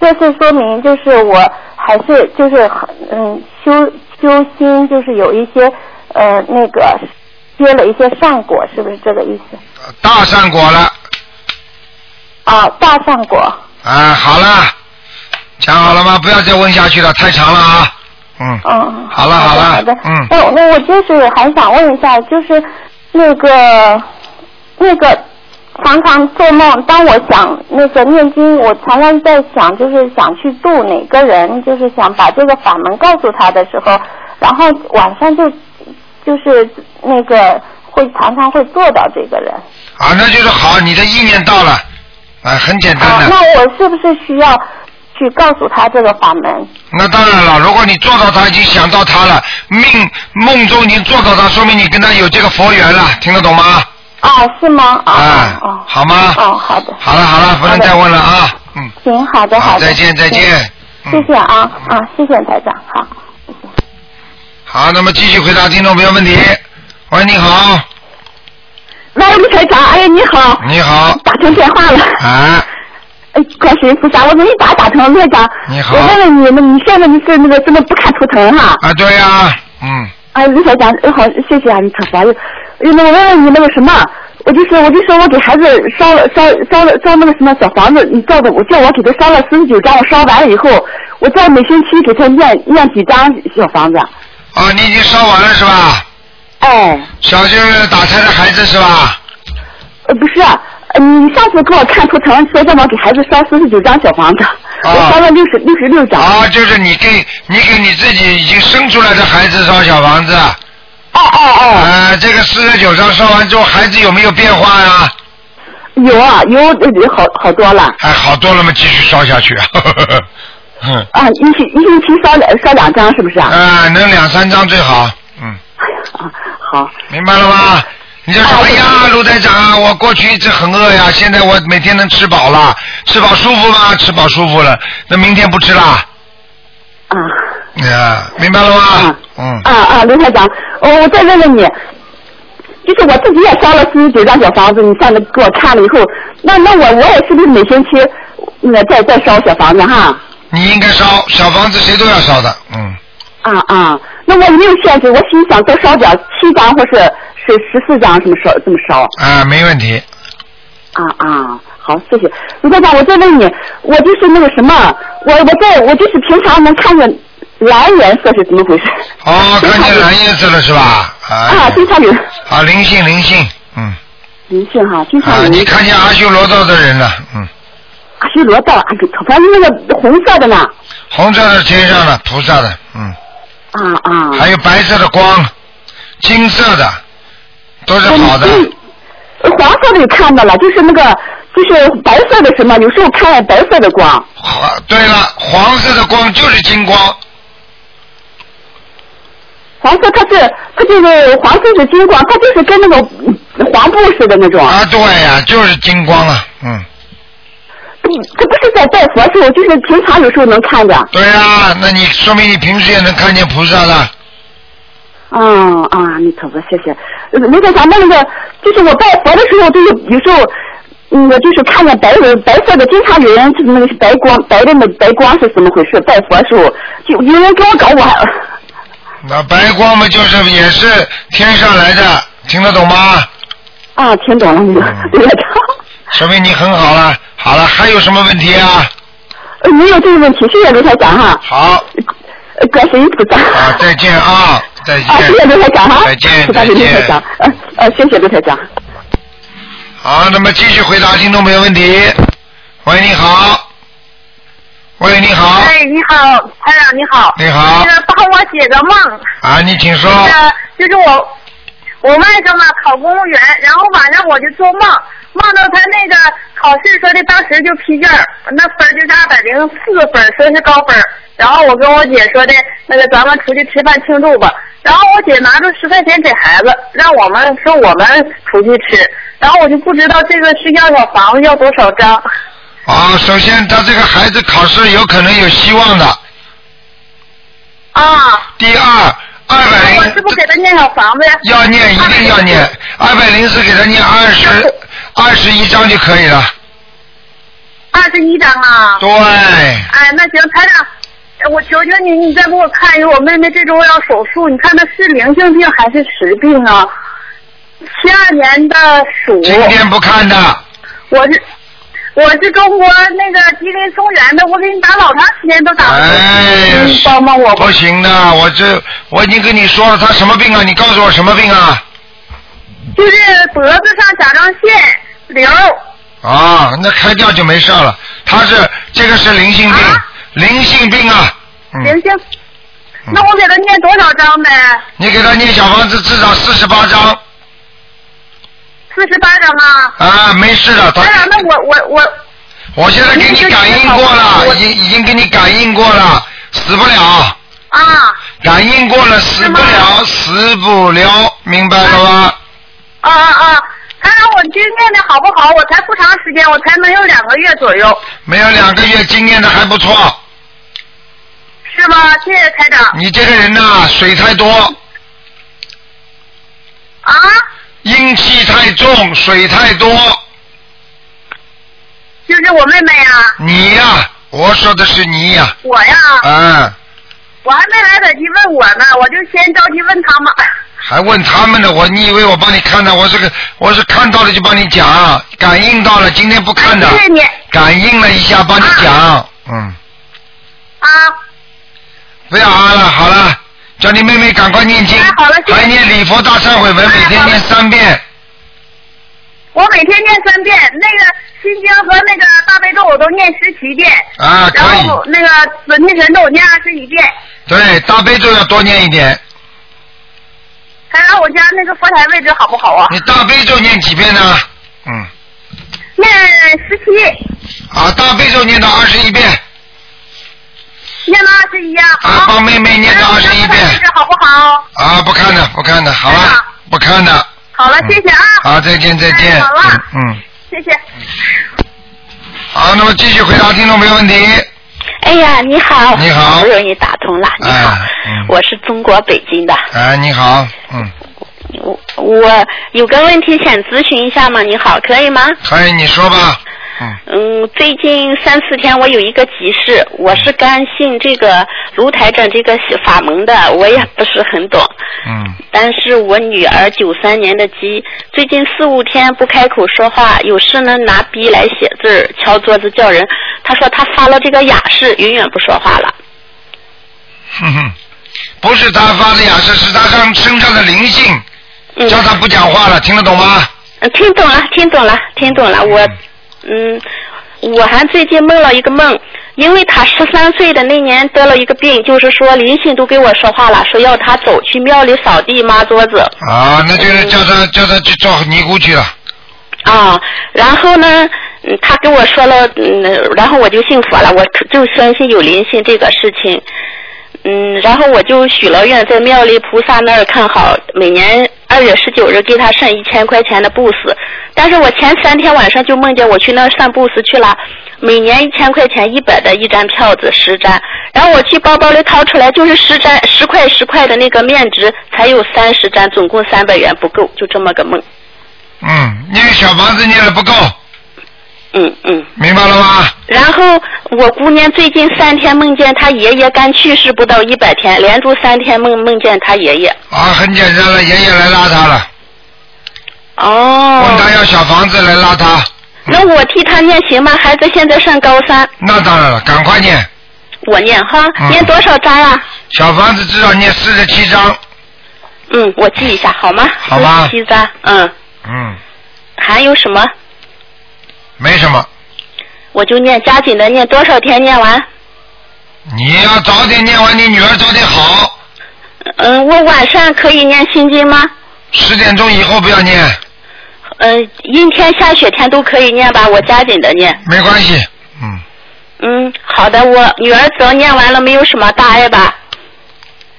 Speaker 5: 这是说明，就是我还是就是很嗯修修心，就是有一些呃那个结了一些善果，是不是这个意思？
Speaker 2: 大善果了，
Speaker 5: 啊，大善果。
Speaker 2: 啊，好了，讲好了吗？不要再问下去了，太长了啊，嗯，
Speaker 5: 嗯，
Speaker 2: 好了好
Speaker 5: 好
Speaker 2: 了
Speaker 5: 的好的，
Speaker 2: 嗯
Speaker 5: 那我那我就是还想问一下，就是那个那个常常做梦，当我想那个念经，我常常在想，就是想去度哪个人，就是想把这个法门告诉他的时候，然后晚上就就是那个会常常会做到这个人。
Speaker 2: 啊，那就是好，你的意念到了，啊，很简单
Speaker 5: 啊，
Speaker 2: 的，
Speaker 5: 那我是不是需要去告诉他这个法门？
Speaker 2: 那当然了，如果你做到他，已经想到他了，命梦中已经做到他，说明你跟他有这个佛缘了，听得懂吗？
Speaker 5: 啊，是吗？啊，
Speaker 2: 啊
Speaker 5: 哦，
Speaker 2: 好吗
Speaker 5: 哦，好的。
Speaker 2: 好了好了，不能再问了啊，嗯，
Speaker 5: 行，好的，
Speaker 2: 好，
Speaker 5: 的，
Speaker 2: 再见再见，
Speaker 5: 行，
Speaker 2: 嗯
Speaker 5: 谢谢啊啊，谢谢台长，好，
Speaker 2: 好，那么继续回答听众朋友问题。喂，你好，
Speaker 6: 喂，卢台长，哎呀，你好，
Speaker 2: 你好，
Speaker 6: 打通电话了，
Speaker 2: 啊，
Speaker 6: 哎，观世音菩萨，我给你打打通了，卢台长，
Speaker 2: 你好
Speaker 6: 我问问你，那你现在你是那个怎么不看图腾哈？
Speaker 2: 啊，对呀、嗯，
Speaker 6: 啊，卢台长，哎好，谢谢啊，你可烦了。哎那我问问你那个什么，我就是我就说我给孩子烧了烧烧了烧那个什么小房子，你照着我叫我给他烧了四十九张，我烧完了以后，我再每星期给他念念几张小房子。
Speaker 2: 哦，你已经烧完了是吧？
Speaker 6: 哎，
Speaker 2: 小舅打胎的孩子是吧？
Speaker 6: 呃不是啊、呃你上次给我看图腾说让我给孩子烧四十九张小房子，我烧了六十六十六张。
Speaker 2: 啊，就是你给你给你自己已经生出来的孩子烧小房子，
Speaker 6: 哦哦
Speaker 2: 呃，这个四十九张烧完之后，孩子有没有变化呀、
Speaker 6: 哦，有啊有，呃好好多了。
Speaker 2: 哎，好多了嘛，继续烧下去。 嗯，
Speaker 6: 啊，一星一星期烧两烧两张是不是啊？
Speaker 2: 啊，能两三张最好。嗯，
Speaker 6: 哎呀啊，
Speaker 7: 好。啊
Speaker 2: 明白了吗？你就说，哎呀，卢台长，啊我过去一直很饿呀，现在我每天能吃饱了，吃饱舒服吗？吃饱舒服了，那明天不吃啦，
Speaker 7: 啊
Speaker 2: 呀，明白了吗？嗯
Speaker 7: 啊，啊！刘台长，我我再问问你，就是我自己也烧了四十九张小房子，你上次给我看了以后，那那我我也是不是每星期那再再烧小房子哈？
Speaker 2: 你应该烧小房子，谁都要烧的，嗯，
Speaker 7: 啊啊，那我有没有限制？我心想多烧点七张或是是十四张，这么烧这么烧？
Speaker 2: 啊，没问题，
Speaker 7: 啊啊，好，谢谢卢台长。我再问你，我就是那个什么，我我在我就是平常能看见蓝颜色是怎么回事？
Speaker 2: 哦，看见蓝叶子了是吧？
Speaker 7: 啊，
Speaker 2: 啊，
Speaker 7: 经常有
Speaker 2: 啊，灵性灵性，嗯，
Speaker 7: 灵性哈，经常
Speaker 2: 啊
Speaker 7: 有，
Speaker 2: 你看见阿修罗道的人了，嗯，
Speaker 7: 阿修罗道，哎呦，反正那个红色的呢，
Speaker 2: 红色的天上的菩萨的，嗯，
Speaker 7: 啊啊，
Speaker 2: 还有白色的光，金色的，都是哎好的，
Speaker 7: 嗯嗯黄色的也看到了，就是那个就是白色的什么，有时候看见白色的光，
Speaker 2: 黄，对了，黄色的光就是金光，
Speaker 7: 黄色它是它就是黄色是金光，它就是跟那个嗯黄布似的那种，
Speaker 2: 啊，对呀、就是金光啊，嗯，
Speaker 7: 不它嗯不是在拜佛时候，就是平常有时候能看见，
Speaker 2: 对呀、那你说明你平时也能看见菩萨了，
Speaker 7: 嗯啊，你头发谢谢。呃那个咱们那个，就是我拜佛的时候，就是有时候，嗯，我就是看见白人白色的，经常有人就是那个是白光，白的那白光是怎么回事？拜佛的时候就有人跟我搞我，
Speaker 2: 那白光嘛，就是也是天上来的，听得懂吗？
Speaker 7: 啊，听懂了，你
Speaker 2: 嗯
Speaker 7: 对了，
Speaker 2: 说明你很好了，好了，还有什么问题啊？
Speaker 7: 呃没有这个问题，谢谢刘台长哈，
Speaker 2: 好，
Speaker 7: 呃感谢菩萨。
Speaker 2: 啊，再见啊，再
Speaker 7: 啊，谢谢
Speaker 2: 见。
Speaker 7: 刘台长哈，
Speaker 2: 再 见
Speaker 7: 菩萨
Speaker 2: 再
Speaker 7: 刘
Speaker 2: 见
Speaker 7: 台长，呃呃，谢谢刘台长。
Speaker 2: 好，那么继续回答听众朋友问题。喂，你好。喂，你好，
Speaker 8: 哎，你好，台长你好。
Speaker 2: 你好
Speaker 8: 那个帮我解个梦。
Speaker 2: 啊，你请说。
Speaker 8: 呃，就是我我外甥嘛考公务员，然后晚上我就做梦，梦到他那个考试说的当时就批卷儿，那分儿就是二百零四分儿，说是高分儿。然后我跟我姐说的，那个咱们出去吃饭庆祝吧。然后我姐拿出十块钱给孩子，让我们说我们出去吃。然后我就不知道这个是要小房子要多少张。
Speaker 2: 啊，首先他这个孩子考试有可能有希望的。
Speaker 8: 啊，
Speaker 2: 第二，二百
Speaker 8: 那
Speaker 2: 零
Speaker 8: 我是不是给他念小房子呀？
Speaker 2: 要念，一定要念。二百零四给他念二十二十一章就可以了。
Speaker 8: 二十一张啊。
Speaker 2: 对，
Speaker 8: 哎，那行，台长，呃我求求你，你再给我看一个，我妹妹这周要手术，你看她是灵性病还是实病啊？七二年的鼠，
Speaker 2: 今天不看的，
Speaker 8: 我是我是中国那个吉林松原的，我给你打老长时间都打不通，
Speaker 2: 哎
Speaker 8: 你帮帮我吧
Speaker 2: 不。行的，我这我已经跟你说了，他什么病啊？你告诉我什么病啊？
Speaker 8: 就是脖子上甲状腺瘤，
Speaker 2: 啊，那开掉就没事了。他是这个是灵性病
Speaker 8: 啊，
Speaker 2: 灵性病啊。
Speaker 8: 灵
Speaker 2: 嗯，
Speaker 8: 性。那我给她念多少章呗？
Speaker 2: 你给他念小房子至少四十八章
Speaker 8: 四十八章啊。
Speaker 2: 啊，没事的，他
Speaker 8: 台长，那我我我
Speaker 2: 我现在给你感应过了，已经已经给你感应过了，死不了，
Speaker 8: 啊
Speaker 2: 感应过了，死不了，死不了，明白了吗？
Speaker 8: 啊啊！啊！台长，我今念的好不好？我才不长时间，我才能有两个月左右，
Speaker 2: 没有两个月经验的还不错，
Speaker 8: 是吗？谢谢台长。
Speaker 2: 你这个人呐、水太多，
Speaker 8: 啊？
Speaker 2: 阴气太重，水太多，
Speaker 8: 就是我妹妹呀、
Speaker 2: 你呀、我说的是你呀、
Speaker 8: 我呀，
Speaker 2: 啊，
Speaker 8: 我还没来得及问我呢，我就先着急问他们。
Speaker 2: 还问他们呢，我你以为我帮你看的？我这个我是看到了就帮你讲，感应到了，今天不看的，
Speaker 8: 谢谢你
Speaker 2: 感应了一下帮你讲，嗯。
Speaker 8: 啊！
Speaker 2: 不要啊了，好了，叫你妹妹赶快念经，
Speaker 8: 哎好了谢谢
Speaker 2: 还念礼佛大忏悔文，每天念三遍。
Speaker 8: 我每天念三遍，那个心经和那个大悲咒我都念十七遍，
Speaker 2: 啊，可
Speaker 8: 然
Speaker 2: 以，
Speaker 8: 后那个准提神咒我念二十一遍。
Speaker 2: 对，大悲咒要多念一点。
Speaker 8: 台长，我家那个佛台位置好不好啊？
Speaker 2: 你大悲咒念几遍呢？嗯，
Speaker 8: 念十七，
Speaker 2: 啊，大悲咒念到二十一遍，
Speaker 8: 念到二十一呀。
Speaker 2: 啊，帮妹妹念到二十一
Speaker 8: 台长我家佛台位
Speaker 2: 遍
Speaker 8: 置，好不好？
Speaker 2: 啊，不看的，不看的，好了
Speaker 8: 哎呀，
Speaker 2: 我看的。
Speaker 8: 好
Speaker 2: 嗯
Speaker 8: 了，谢谢啊。
Speaker 2: 好，再见再见。
Speaker 8: 哎好了，
Speaker 2: 嗯，
Speaker 8: 谢谢。
Speaker 2: 好，那么继续回答听众朋友问题。
Speaker 9: 哎呀，你好，
Speaker 2: 你好
Speaker 9: 好不容易打通了，你好，
Speaker 2: 哎，嗯，
Speaker 9: 我是中国北京的，
Speaker 2: 哎，你好，嗯，
Speaker 9: 我我有个问题想咨询一下嘛，你好，可以吗？
Speaker 2: 可以，你说吧。 嗯，
Speaker 9: 嗯，最近三四天我有一个急事，我是刚信这个卢台长这个法门的，我也不是很懂，
Speaker 2: 嗯，
Speaker 9: 但是我女儿九三年的鸡，最近四五天不开口说话，有时呢拿笔来写字儿，敲桌子叫人。她说她发了这个雅誓，永远不说话了。
Speaker 2: 哼哼，不是他发的雅是是他上身上的灵性，
Speaker 9: 嗯，
Speaker 2: 叫他不讲话了，听得懂吗？
Speaker 9: 嗯听懂了，听懂了，听懂了。我，嗯，我还最近梦了一个梦，因为她十三岁的那年得了一个病，就是说灵性都跟我说话了，说要她走去庙里扫地、抹桌子。
Speaker 2: 啊，那就是叫
Speaker 9: 嗯
Speaker 2: 他叫他去做尼姑去了。
Speaker 9: 啊，然后呢，嗯，他跟我说了，嗯，然后我就信佛了，我就相信有灵性这个事情，嗯，然后我就许了愿，在庙里菩萨那儿看好，每年二月十九日给他上一千块钱的布施，但是我前三天晚上就梦见我去那儿上布施去了，每年一千块钱一百的一张票子十张，然后我去包包里掏出来就是十张十块十块的那个面值，才有三十张，总共三百元不够，就这么个梦，
Speaker 2: 嗯，因为小房子念的不够，
Speaker 9: 嗯嗯。
Speaker 2: 明白了吗？
Speaker 9: 然后我姑娘最近三天梦见她爷爷刚去世不到一百天，连住三天梦梦见她爷爷。
Speaker 2: 啊，很简单了，爷爷来拉他了，问他
Speaker 9: 哦，
Speaker 2: 要小房子来拉他。
Speaker 9: 那我替她念行吗？孩子现在上高三，
Speaker 2: 那当然了，赶快念，
Speaker 9: 我念哈
Speaker 2: 嗯，
Speaker 9: 念多少章啊？
Speaker 2: 小房子至少念四十七章。
Speaker 9: 嗯，我记一下好吗？
Speaker 2: 好吧
Speaker 9: 七章，嗯，
Speaker 2: 嗯，
Speaker 9: 还有什么？
Speaker 2: 没什么，
Speaker 9: 我就念，加紧的念，多少天念完？
Speaker 2: 你要早点念完，你女儿早点好。
Speaker 9: 嗯，我晚上可以念心经吗？
Speaker 2: 十点钟以后不要念，
Speaker 9: 嗯，阴天下雪天都可以念吧，我加紧的念。
Speaker 2: 没关系。嗯，
Speaker 9: 嗯，好的，我女儿只要念完了，没有什么大碍吧？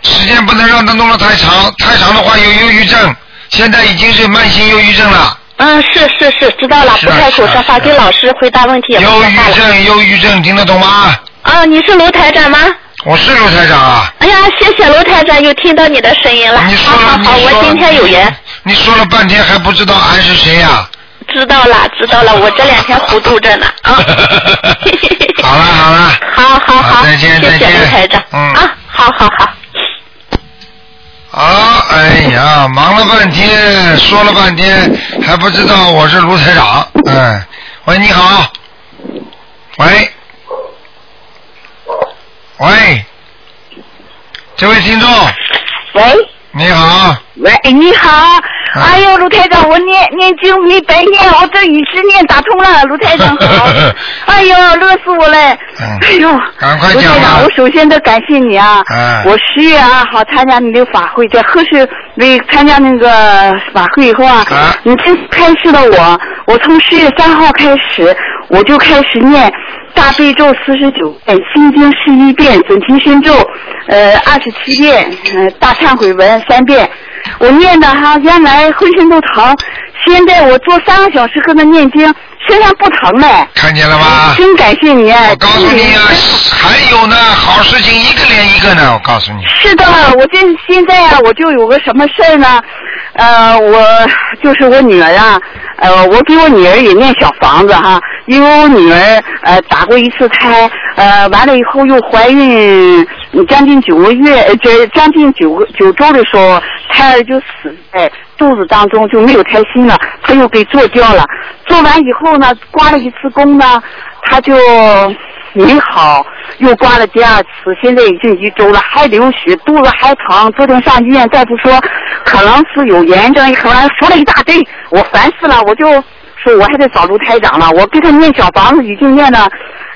Speaker 2: 时间不能让她弄得太长，太长的话有忧郁症，现在已经是慢性忧郁症了。
Speaker 10: 哎啊
Speaker 9: 嗯，是是是，知道了，
Speaker 2: 是
Speaker 9: 不
Speaker 2: 啊
Speaker 9: 开口
Speaker 2: 是
Speaker 9: 说
Speaker 2: 啊是啊
Speaker 9: 话，给老师回答问题也不
Speaker 2: 忧
Speaker 9: 说话
Speaker 2: 郁
Speaker 9: 了。
Speaker 2: 症，忧郁症，听得懂吗？
Speaker 9: 啊，你是卢台长吗？
Speaker 2: 我是卢台长啊。
Speaker 9: 哎呀，谢谢卢台长，又听到你的声音了。
Speaker 2: 你说
Speaker 9: 好
Speaker 2: 了，
Speaker 9: 好好，
Speaker 2: 你说
Speaker 9: 我今天有缘，。
Speaker 2: 你说了半天还不知道俺是谁啊呀、。
Speaker 9: 知道了知道了，我这两天糊涂着呢啊
Speaker 2: 好了好了
Speaker 9: 好好
Speaker 2: 好
Speaker 9: 好，
Speaker 2: 再见
Speaker 9: 谢
Speaker 2: 再
Speaker 9: 谢
Speaker 2: 见
Speaker 9: 卢台长。
Speaker 2: 嗯
Speaker 9: 啊，好好好。
Speaker 2: 啊，哎呀，忙了半天，说了半天，还不知道我是卢台长。嗯，喂，你好。喂，喂，这位听众，
Speaker 7: 喂
Speaker 2: 你好，
Speaker 7: 喂，你
Speaker 2: 啊
Speaker 7: 好，哎呦，卢台长，我念念经没白念，我这一直念打通了，卢台 长好，哎呦，乐死我了，
Speaker 2: 嗯
Speaker 7: 哎呦，
Speaker 2: 赶快
Speaker 7: 卢
Speaker 2: 讲啊
Speaker 7: 台
Speaker 2: 吧
Speaker 7: 长，我首先得感谢你啊，
Speaker 2: 嗯
Speaker 7: 我十月二号参加你的法会，在贺市那参加那个法会以后啊，
Speaker 2: 啊
Speaker 7: 你真开示了我，我从十月三号开始，我就开始念。大悲咒四十九遍，哎心经十一遍，准提神咒，呃，二十七遍，呃，大忏悔文三遍。我念的哈，原来浑身都疼，现在我做三个小时跟他念经，身上不疼了。
Speaker 2: 看见了吧？
Speaker 7: 真感谢你，
Speaker 2: 我告诉你啊
Speaker 7: 真，
Speaker 2: 还有呢，好事情一个连一个呢，我告诉你。
Speaker 7: 是的，我这现在啊，我就有个什么事儿呢？呃，我就是我女儿啊，呃，我给我女儿也念小房子哈，因为我女儿呃打过一次胎，呃，完了以后又怀孕嗯将近九个月，呃这将近九个九周的时候，胎儿就死在肚子当中，就没有胎心了，她又给做掉了。做完以后呢，刮了一次宫呢，她就没好，又刮了第二次，现在已经一周了，还流血，肚子还疼，昨天上医院大夫说可能是有炎症，可能说了一大堆，我烦死了，我就说我还得找卢台长了，我给他念小房子已经念了，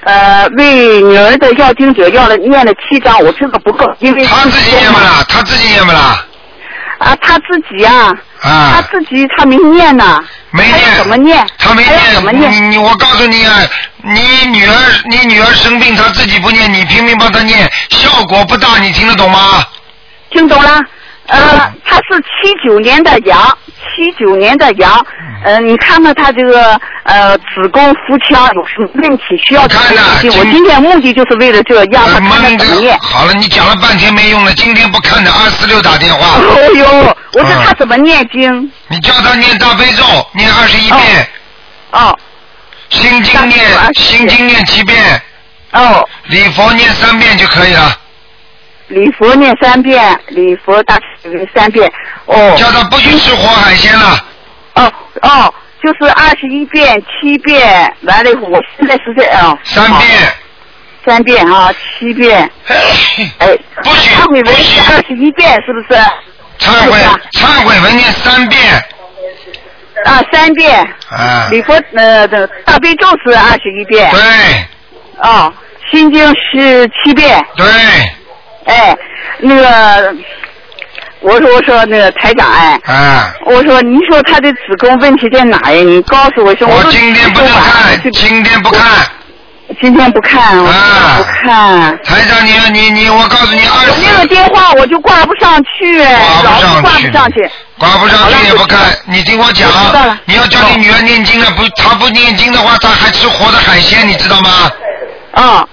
Speaker 7: 呃，为女儿的要经者要了念了七章，我这个不够，因为
Speaker 2: 他自己念不啦？他自己念不啦？
Speaker 7: 啊，他自己啊，他
Speaker 2: 啊，
Speaker 7: 自己他没念呢，
Speaker 2: 没
Speaker 7: 他
Speaker 2: 念。
Speaker 7: 要怎么念？
Speaker 2: 他没
Speaker 7: 他要怎么
Speaker 2: 念，你
Speaker 7: 念？
Speaker 2: 你我告诉你啊，你女儿你女儿生病，她自己不念，你拼命帮她念，效果不大，你听得懂吗？
Speaker 7: 听懂了？
Speaker 11: 呃，他是七九年的羊，七九年的羊，呃，你看看他这个呃子宫腹腔有什么问题需要看
Speaker 2: 呢
Speaker 11: 我今啊天目的就是为了这，让他看看怎么念。
Speaker 2: 好了，你讲了半天没用了，今天不看的二四六打电话。
Speaker 11: 哎呦，我说他
Speaker 2: 嗯
Speaker 11: 怎么念经？
Speaker 2: 你叫他念大悲咒，念二十一遍。
Speaker 11: 哦。
Speaker 2: 心经念，心经念七遍。
Speaker 11: 哦。
Speaker 2: 礼佛念三遍就可以了。
Speaker 11: 礼佛念三遍，礼佛大忏悔三遍。哦。
Speaker 2: 叫他不许吃活海鲜了。
Speaker 11: 哦哦，就是二十一遍、七遍，完了以后，我现在是在啊。
Speaker 2: 三
Speaker 11: 遍。三遍啊，七 遍。哎。
Speaker 2: 不许。
Speaker 11: 忏悔文是二十一遍，是不是？
Speaker 2: 忏悔，忏悔文念三遍。
Speaker 11: 啊，三遍。
Speaker 2: 啊。
Speaker 11: 礼佛呃，这大悲咒是二十一遍。
Speaker 2: 对。
Speaker 11: 哦，心经是七遍。
Speaker 2: 对。
Speaker 11: 哎，那个，我说我说那个台长哎，
Speaker 2: 啊。
Speaker 11: 我说你说他的子宫问题在哪呀？你告诉我一声。我今天不能看，
Speaker 2: 今天不看。啊
Speaker 11: 今天不看，我不看。
Speaker 2: 台长，你你你，我告诉你，二
Speaker 11: 我那个电话我就挂不上去，老是挂不上去。
Speaker 2: 挂不上去也不看。你听我讲
Speaker 11: 我知道了，
Speaker 2: 你要叫你女儿念经了，不，她不念经的话，她还吃活的海鲜，你知道吗？
Speaker 11: 啊。哦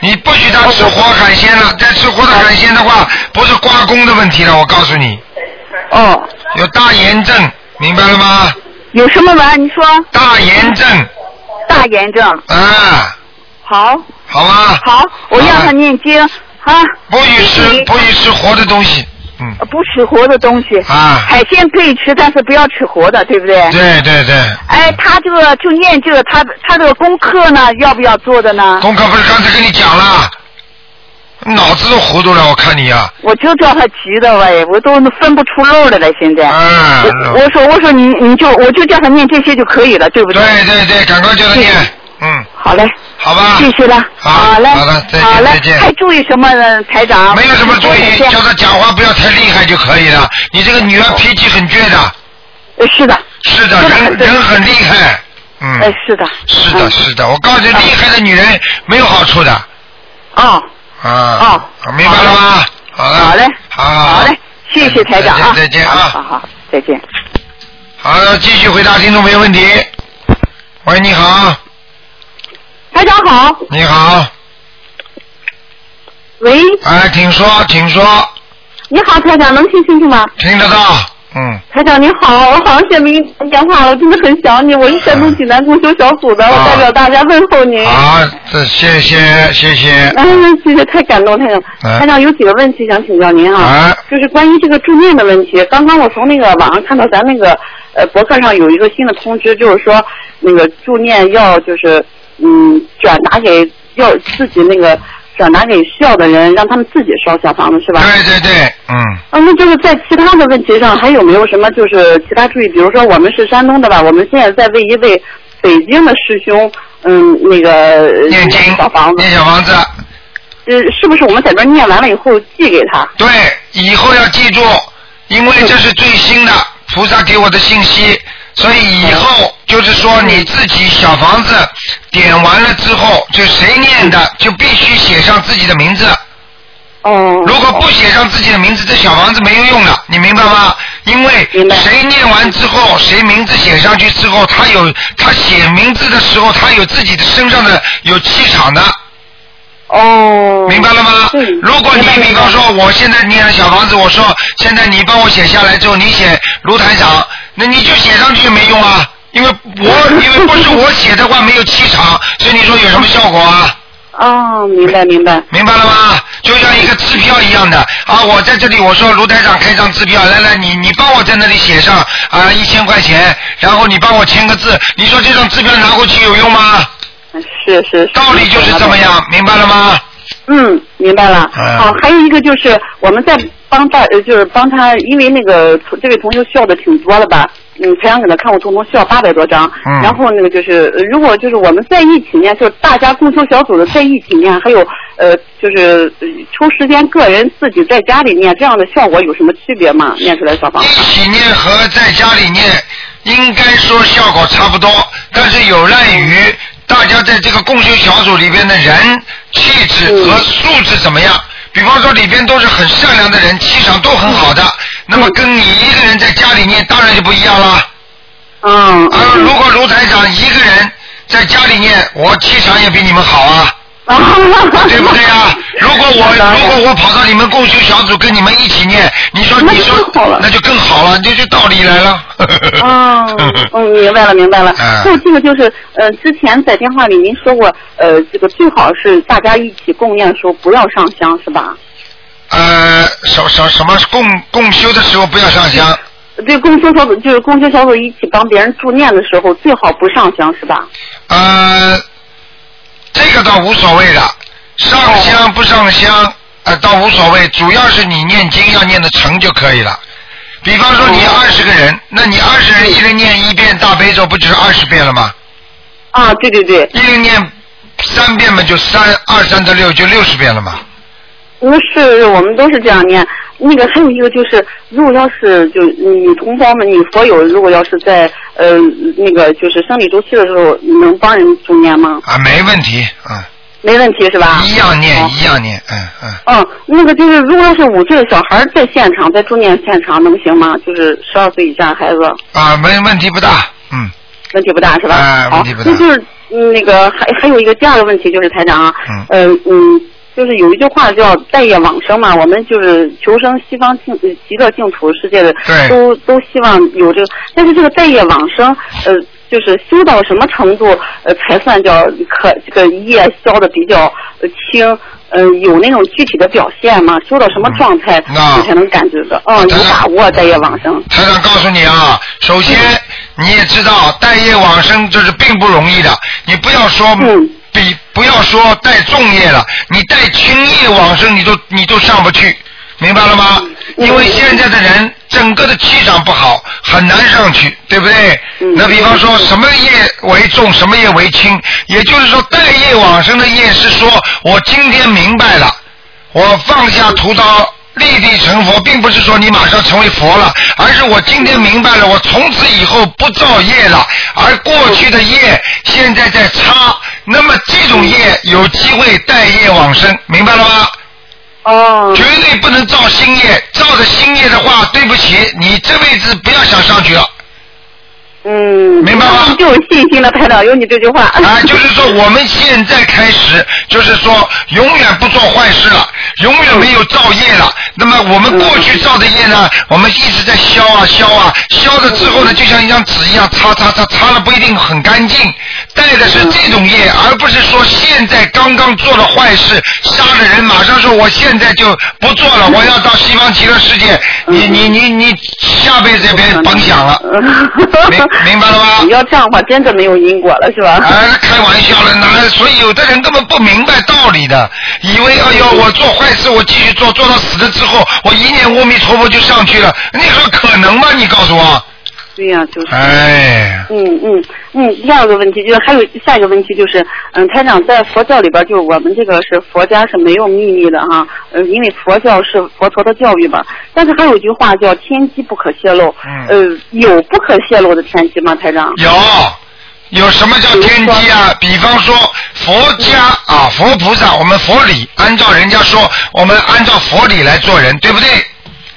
Speaker 2: 你不许她吃活海鲜了，再吃活的海鲜的话，不是刮宫的问题了，我告诉你。
Speaker 11: 哦。
Speaker 2: 有大炎症，明白了吗？
Speaker 11: 有什么玩意儿？你说。
Speaker 2: 大炎症。
Speaker 11: 大炎症。
Speaker 2: 啊。
Speaker 11: 好。
Speaker 2: 好吧。
Speaker 11: 好，我让他念经啊。呃
Speaker 2: 不许吃，不许吃活的东西。嗯
Speaker 11: 不吃活的东西。
Speaker 2: 啊
Speaker 11: 海鲜可以吃，但是不要吃活的，对不对？
Speaker 2: 对对对，
Speaker 11: 哎，他这个就念这个，他他这个功课呢，要不要做的呢？
Speaker 2: 功课不是刚才跟你讲了，脑子都糊涂了，我看你呀、啊
Speaker 11: 我就叫他急的喂，我都分不出肉来了，现在。
Speaker 2: 嗯
Speaker 11: 我我说我说你你就我就叫他念这些就可以了，对不对？
Speaker 2: 对对对，赶快叫他念。嗯。
Speaker 11: 好嘞。
Speaker 2: 好吧。
Speaker 11: 谢谢了。好嘞。
Speaker 2: 好的再见
Speaker 11: 好嘞
Speaker 2: 再见
Speaker 11: 还注意什么呢，台长？
Speaker 2: 没有什么注意，叫他讲话不要太厉害就可以了。你这个女儿脾气很倔的。
Speaker 11: 是的。
Speaker 2: 是的，人人很厉害。嗯。
Speaker 11: 哎，是的。
Speaker 2: 是的，是的，我告诉你，厉害的女人没有好处的。
Speaker 11: 哦。
Speaker 2: 啊。啊。明白了吗？好了。好嘞。好。好嘞，
Speaker 11: 谢谢台长啊。
Speaker 2: 再见啊。好
Speaker 11: 好，再见。
Speaker 2: 好，继续回答听众朋友问题。喂，你好，
Speaker 7: 台长好，
Speaker 2: 你好，
Speaker 7: 喂，
Speaker 2: 哎，请说，请说，
Speaker 7: 你好，台长，能听清楚吗？
Speaker 2: 听得到，嗯，
Speaker 7: 台长你好，我好像选没给你电话了，我真的很想你，我是山东济南共修小组的，我代表大家问候您。
Speaker 2: 啊好，这谢谢谢谢，
Speaker 7: 哎，谢谢，太感动，台长。
Speaker 2: 嗯哎
Speaker 7: 台长有几个问题想请教您啊，就是关于这个助念的问题。刚刚我从那个网上看到咱那个呃博客上有一个新的通知，就是说那个助念要就是嗯转达给要自己那个转达给需要的人，让他们自己烧小房子是吧？
Speaker 2: 对对对，嗯，
Speaker 7: 啊，那就是在其他的问题上还有没有什么就是其他注意？比如说我们是山东的吧，我们现在在为一位北京的师兄，嗯，那个念经小房子，
Speaker 2: 念小房子，
Speaker 7: 呃，是不是我们在这儿念完了以后寄给他？
Speaker 2: 对，以后要记住，因为这是最新的菩萨给我的信息，所以以后就是说你自己小房子点完了之后，就谁念的就必须写上自己的名字。
Speaker 7: 哦。
Speaker 2: 如果不写上自己的名字，这小房子没有用的，你明白吗？因为谁念完之后，谁名字写上去之后，他有他写名字的时候，他有自己的身上的有气场的。
Speaker 7: 哦。
Speaker 2: 明白了吗？如果你比方说，我现在念了小房子，我说现在你帮我写下来之后，你写卢台长，那你就写上去也没用啊，因为 我因为不是我写的话没有气场，所以你说有什么效果啊？
Speaker 7: 哦，明白明白。
Speaker 2: 明白了吗？就像一个支票一样的啊，我在这里我说卢台长开张支票，来来你你帮我在那里写上啊一千块钱，然后你帮我签个字，你说这张支票拿过去有用吗？
Speaker 7: 是是。
Speaker 2: 道理就是这么样，明白了吗？
Speaker 7: 嗯，明白了。
Speaker 2: 嗯
Speaker 7: 好，啊还有一个就是我们在帮大，呃就是帮他，因为那个同这位同学需要的挺多了吧？嗯，培养给他看我同同需要八百多张。
Speaker 8: 嗯
Speaker 7: 然后那个就是，呃如果就是我们在一起念，就是大家共修小组的在一起念，还有呃，就是呃抽时间个人自己在家里念，这样的效果有什么区别吗？念出来小房子。
Speaker 2: 一起念和在家里念，应该说效果差不多，但是有赖于大家在这个共修小组里边的人气质和素质怎么样。比方说里边都是很善良的人，气场都很好的，那么跟你一个人在家里念当然就不一样了。
Speaker 7: 嗯。
Speaker 2: 而啊如果卢台长一个人在家里念，我气场也比你们好啊。对不对呀、 如果我如果我跑到你们共修小组跟你们一起念，你说你说那就更好了，这就道理来了。
Speaker 7: 哦，我明白了，明白了。
Speaker 2: 嗯
Speaker 7: 那这个就是，呃，之前在电话里您说过，呃，这个最好是大家一起共念的时候不要上香，是吧？
Speaker 2: 呃，什什什么共共修的时候不要上香，
Speaker 7: 对，共修小组就是共修小组一起帮别人助念的时候，最好不上香，是吧？
Speaker 2: 呃，这个倒无所谓的，上香不上香，呃，倒无所谓，主要是你念经要念的成就可以了。比方说你
Speaker 7: 哦
Speaker 2: 二十个人，那你二十人一人念一遍大悲咒，不就是二十遍了吗？
Speaker 7: 啊，对对对。
Speaker 2: 一人念三遍嘛，就三二三得六，就六十遍了嘛。
Speaker 7: 不嗯是，我们都是这样念。那个还有一个就是，如果要是就女同胞们、女佛友，如果要是在呃那个就是生理周期的时候，能帮人助念吗？
Speaker 2: 啊，没问题，嗯，
Speaker 7: 没问题是吧？
Speaker 2: 一样念
Speaker 7: 哦
Speaker 2: 一样念，嗯嗯，
Speaker 7: 嗯，那个就是，如果要是五岁的小孩儿在现场，在助念现场能行吗？就是十二岁以下的孩子，
Speaker 2: 啊，没问题不大，嗯，
Speaker 7: 问题不大是吧？
Speaker 2: 啊
Speaker 7: 好
Speaker 2: 问题不，大
Speaker 7: 那就是嗯那个还还有一个第二个问题就是台长啊，呃嗯，就是有一句话叫“待业往生”嘛，我们就是求生西方净呃极乐净土世界的，
Speaker 2: 对
Speaker 7: 都都希望有这个，但是这个待业往生，呃，就是修到什么程度，呃，才算叫可这个业消的比较呃轻，呃，有那种具体的表现吗？修到什么状态，
Speaker 2: 那
Speaker 7: 你才能感觉到，嗯，有把握待业往生。
Speaker 2: 台长告诉你啊，首先你也知道待业往生这是并不容易的，你不要说比不要说带重业了，你带轻业往生你都你都上不去，明白了吗？因为现在的人整个的气场不好，很难上去，对不对？那比方说什么业为重，什么业为轻，也就是说带业往生的业是说我今天明白了。我放下屠刀，立地成佛，并不是说你马上成为佛了，而是我今天明白了，我从此以后不造业了，而过去的业现在在擦，那么这种业有机会带业往生，明白了吗？
Speaker 7: 哦，
Speaker 2: 绝对不能造新业，造着新业的话，对不起，你这辈子不要想上去了。
Speaker 7: 嗯，
Speaker 2: 明白吗？
Speaker 7: 就有信心了，台长，有你这句话。
Speaker 2: 啊，就是说我们现在开始，就是说永远不做坏事了，永远没有造业了。那么我
Speaker 7: 嗯
Speaker 2: 们过去造的业呢，我们一直在消啊消啊，消了之
Speaker 7: 嗯
Speaker 2: 后呢，就像一张纸一样擦擦擦，擦了不一定很干净。带的是
Speaker 7: 嗯
Speaker 2: 这种业，而不是说现在刚刚做了坏事，杀了人，马上说我现在就不做 了，我要到西方极乐世界。你你你你下辈子也别甭想 了。明明白了吗？
Speaker 7: 你要这样的话，真的没有因果了，是吧？
Speaker 2: 啊，开玩笑了，那所以有的人根本不明白道理的，以为哎呦，我做坏事我继续做，做到死了之后，我一念阿弥陀佛就上去了，你说可能吗？你告诉我，
Speaker 7: 对呀、就是。
Speaker 2: 哎，
Speaker 7: 嗯嗯嗯，第二个问题就是还有下一个问题就是，嗯，台长在佛教里边，就是我们这个是佛家是没有秘密的哈，呃，因为佛教是佛陀的教育嘛。但是还有一句话叫“天机不可泄露”，呃，有不可泄露的天机吗，台长？
Speaker 2: 嗯有有什么叫天机啊？比方说佛家啊，佛菩萨，我们佛理，按照人家说，我们按照佛理来做人，对不对？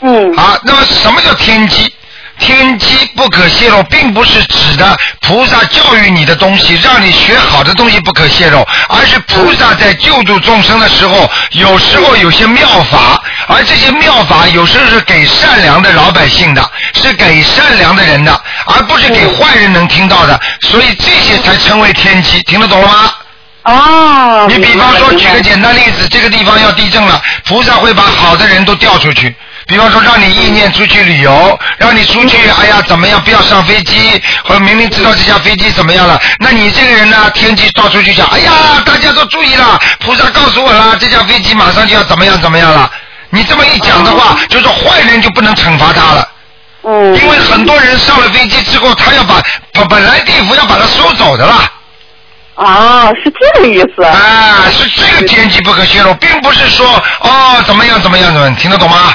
Speaker 7: 嗯。
Speaker 2: 啊，那么什么叫天机？天机不可泄露，并不是指的菩萨教育你的东西，让你学好的东西不可泄露，而是菩萨在救度众生的时候，有时候有些妙法，而这些妙法有时候是给善良的老百姓的，是给善良的人的，而不是给坏人能听到的，所以这些才称为天机，听得懂了吗？
Speaker 7: 哦，
Speaker 2: 你比方说，举个简单例子，这个地方要地震了，菩萨会把好的人都调出去。比方说，让你意念出去旅游，让你出去，哎呀，怎么样？不要上飞机，或者明明知道这架飞机怎么样了，那你这个人呢，天气到处去讲，哎呀，大家都注意了，菩萨告诉我了，这架飞机马上就要怎么样怎么样了。你这么一讲的话，就是坏人就不能惩罚他了。
Speaker 7: 嗯。
Speaker 2: 因为很多人上了飞机之后，他要把本本来地府要把他收走的啦。
Speaker 7: 啊，是这个意思。
Speaker 2: 啊，是这个天机不可泄露，并不是说哦怎么样怎么样怎么样，听得懂吗？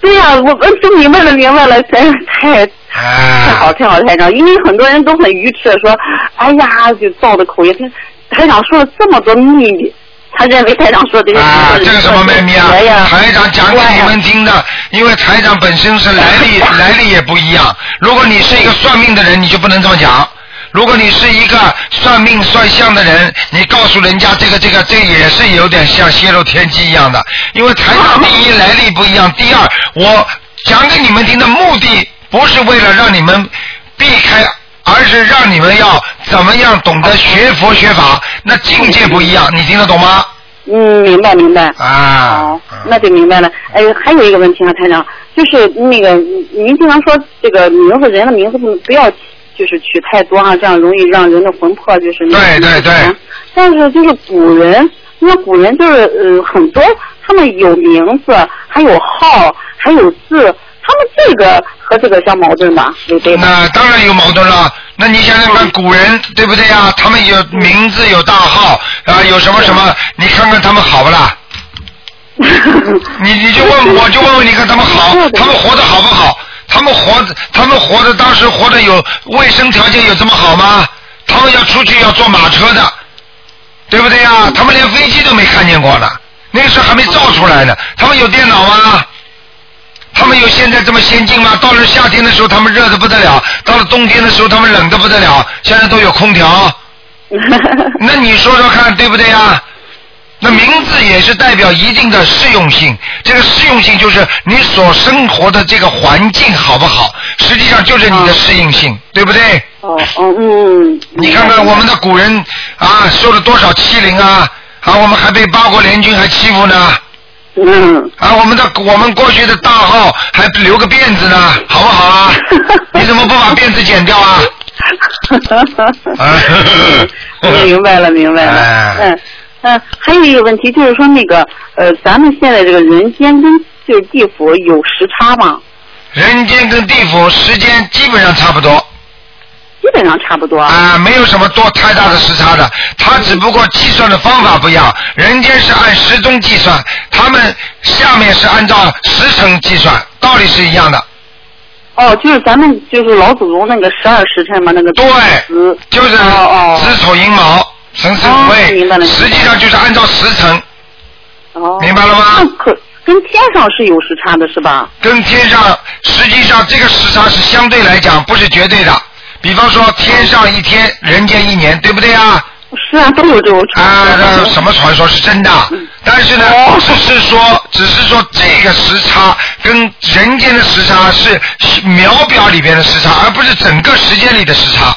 Speaker 7: 对呀、我我就明白了，明白了，真是太
Speaker 2: 哎
Speaker 7: 太好，太好，台长，因为很多人都很愚痴，说，哎呀，就造的口业。台台长说了这么多秘密，
Speaker 9: 他认为台长说这个
Speaker 2: 啊，这个什么秘密啊
Speaker 9: 哎呀？
Speaker 2: 台长讲给你们听的，因为台长本身是来历 来历也不一样。如果你是一个算命的人，你就不能这么讲。如果你是一个算命算相的人，你告诉人家这个这个，这也是有点像泄露天机一样的。因为台长第一来历不一样，第二我讲给你们听的目的不是为了让你们避开，而是让你们要怎么样懂得学佛学法，那境界不一样，你听得懂吗？
Speaker 7: 嗯，明白明白。
Speaker 2: 啊，嗯
Speaker 7: 那就明白了。哎，还有一个问题啊，台长，就是那个您经常说这个名字人的名字不不要就是取太多啊，这样容易让人的魂魄就是那对对对。但是就是古人，那古人就是呃很多，他们有名字，还有号，还有字，他们这个和这个相矛盾吧？对不对？
Speaker 2: 那当然有矛盾了。那你想想看，古人对不对呀、他们有名字，有大号，啊，有什么什么？你看看他们好不啦？你你就问，我就问问你看他们好，他们活得好不好？他们活，他们活的当时活的有卫生条件有这么好吗？他们要出去要坐马车的，对不对呀、他们连飞机都没看见过呢，那个时候还没造出来呢。他们有电脑吗？他们有现在这么先进吗？到了夏天的时候，他们热的不得了；到了冬天的时候，他们冷的不得了。现在都有空调，那你说说看，对不对呀？那名字也是代表一定的适用性，这个适用性就是你所生活的这个环境好不好，实际上就是你的适应性，对不对？
Speaker 7: 哦哦嗯。
Speaker 2: 你看看我们的古人啊，受了多少欺凌啊！啊，我们还被八国联军还欺负呢。
Speaker 7: 嗯。
Speaker 2: 啊，我们的我们过去的大号还留个辫子呢，好不好 啊？你怎么不把辫子剪掉啊？
Speaker 7: 明白了，明白了。
Speaker 2: 哎
Speaker 7: 嗯嗯，还有一个问题就是说，那个呃，咱们现在这个人间跟就是地府有时差吗？
Speaker 2: 人间跟地府时间基本上差不多。
Speaker 7: 基本上差不多
Speaker 2: 啊，没有什么多太大的时差的，它只不过计算的方法不一样。人间是按时钟计算，他们下面是按照时辰计算，道理是一样的。
Speaker 7: 哦，就是咱们就是老祖宗那个十二时辰嘛，那个对，
Speaker 2: 就是子丑寅卯辰巳
Speaker 7: 嗯
Speaker 2: 午
Speaker 7: 哦明白
Speaker 2: 未，
Speaker 7: 了
Speaker 2: 实际上就是按照时辰。
Speaker 7: 哦，
Speaker 2: 明白了吗？
Speaker 7: 那可跟天上是有时差的是吧？
Speaker 2: 跟天上，实际上这个时差是相对来讲，不是绝对的。比方说，天上一天，人间一年，对不对啊？
Speaker 7: 是啊，都有这种
Speaker 2: 传说。啊，那什么传说是真的？但是呢，
Speaker 7: 哦
Speaker 2: 只是说，只是说这个时差跟人间的时差是秒表里边的时差，而不是整个时间里的时差。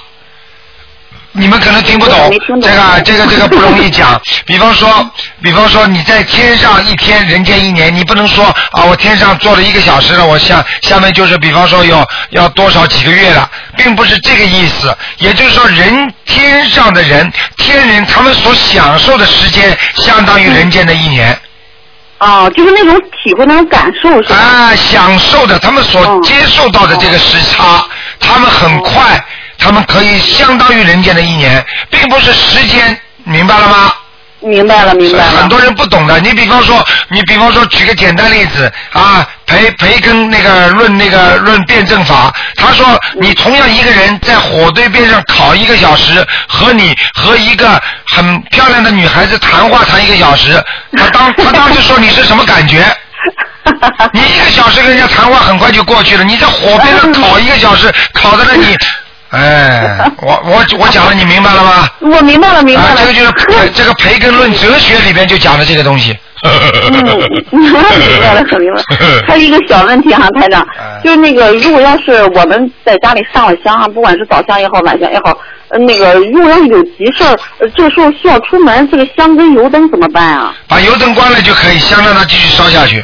Speaker 2: 你们可能听不懂，这个这个这个不容易讲。 比方说，比方说你在天上一天，人间一年，你不能说啊，我天上坐了一个小时了，我下下面就是比方说有要多少几个月了，并不是这个意思。也就是说，人天上的人，天人他们所享受的时间，相当于人间的一年。
Speaker 7: 哦，就是那种体会、那种感受是吧？哦
Speaker 2: 啊，享受的，他们所接受到的这个时差，他们很快，他们可以相当于人间的一年，并不是时间，明白了吗？
Speaker 7: 明白了，明白了
Speaker 2: 很多人不懂的，你比方说，你比方说，举个简单例子啊，培培根那个论那个论辩证法，他说你同样一个人在火堆边上烤一个小时，和你和一个很漂亮的女孩子谈话谈一个小时，他 当他当时说你是什么感觉？你一个小时跟人家谈话很快就过去了，你在火边上烤一个小时，烤的那 你，哎，我我我讲了，你明白了吗？
Speaker 7: 我明白了，明白了。
Speaker 2: 啊，这个就是培这个培根论哲学里边就讲的这个东西。
Speaker 7: 嗯 明白了，很明白。还有一个小问题哈、台长，就是那个，如果要是我们在家里上了香啊，不管是早香也好，晚香也好，呃，那个如果要是有急事儿，呃这时候需要出门，这个香跟油灯怎么办啊？
Speaker 2: 把油灯关了就可以，香让它继续烧下去。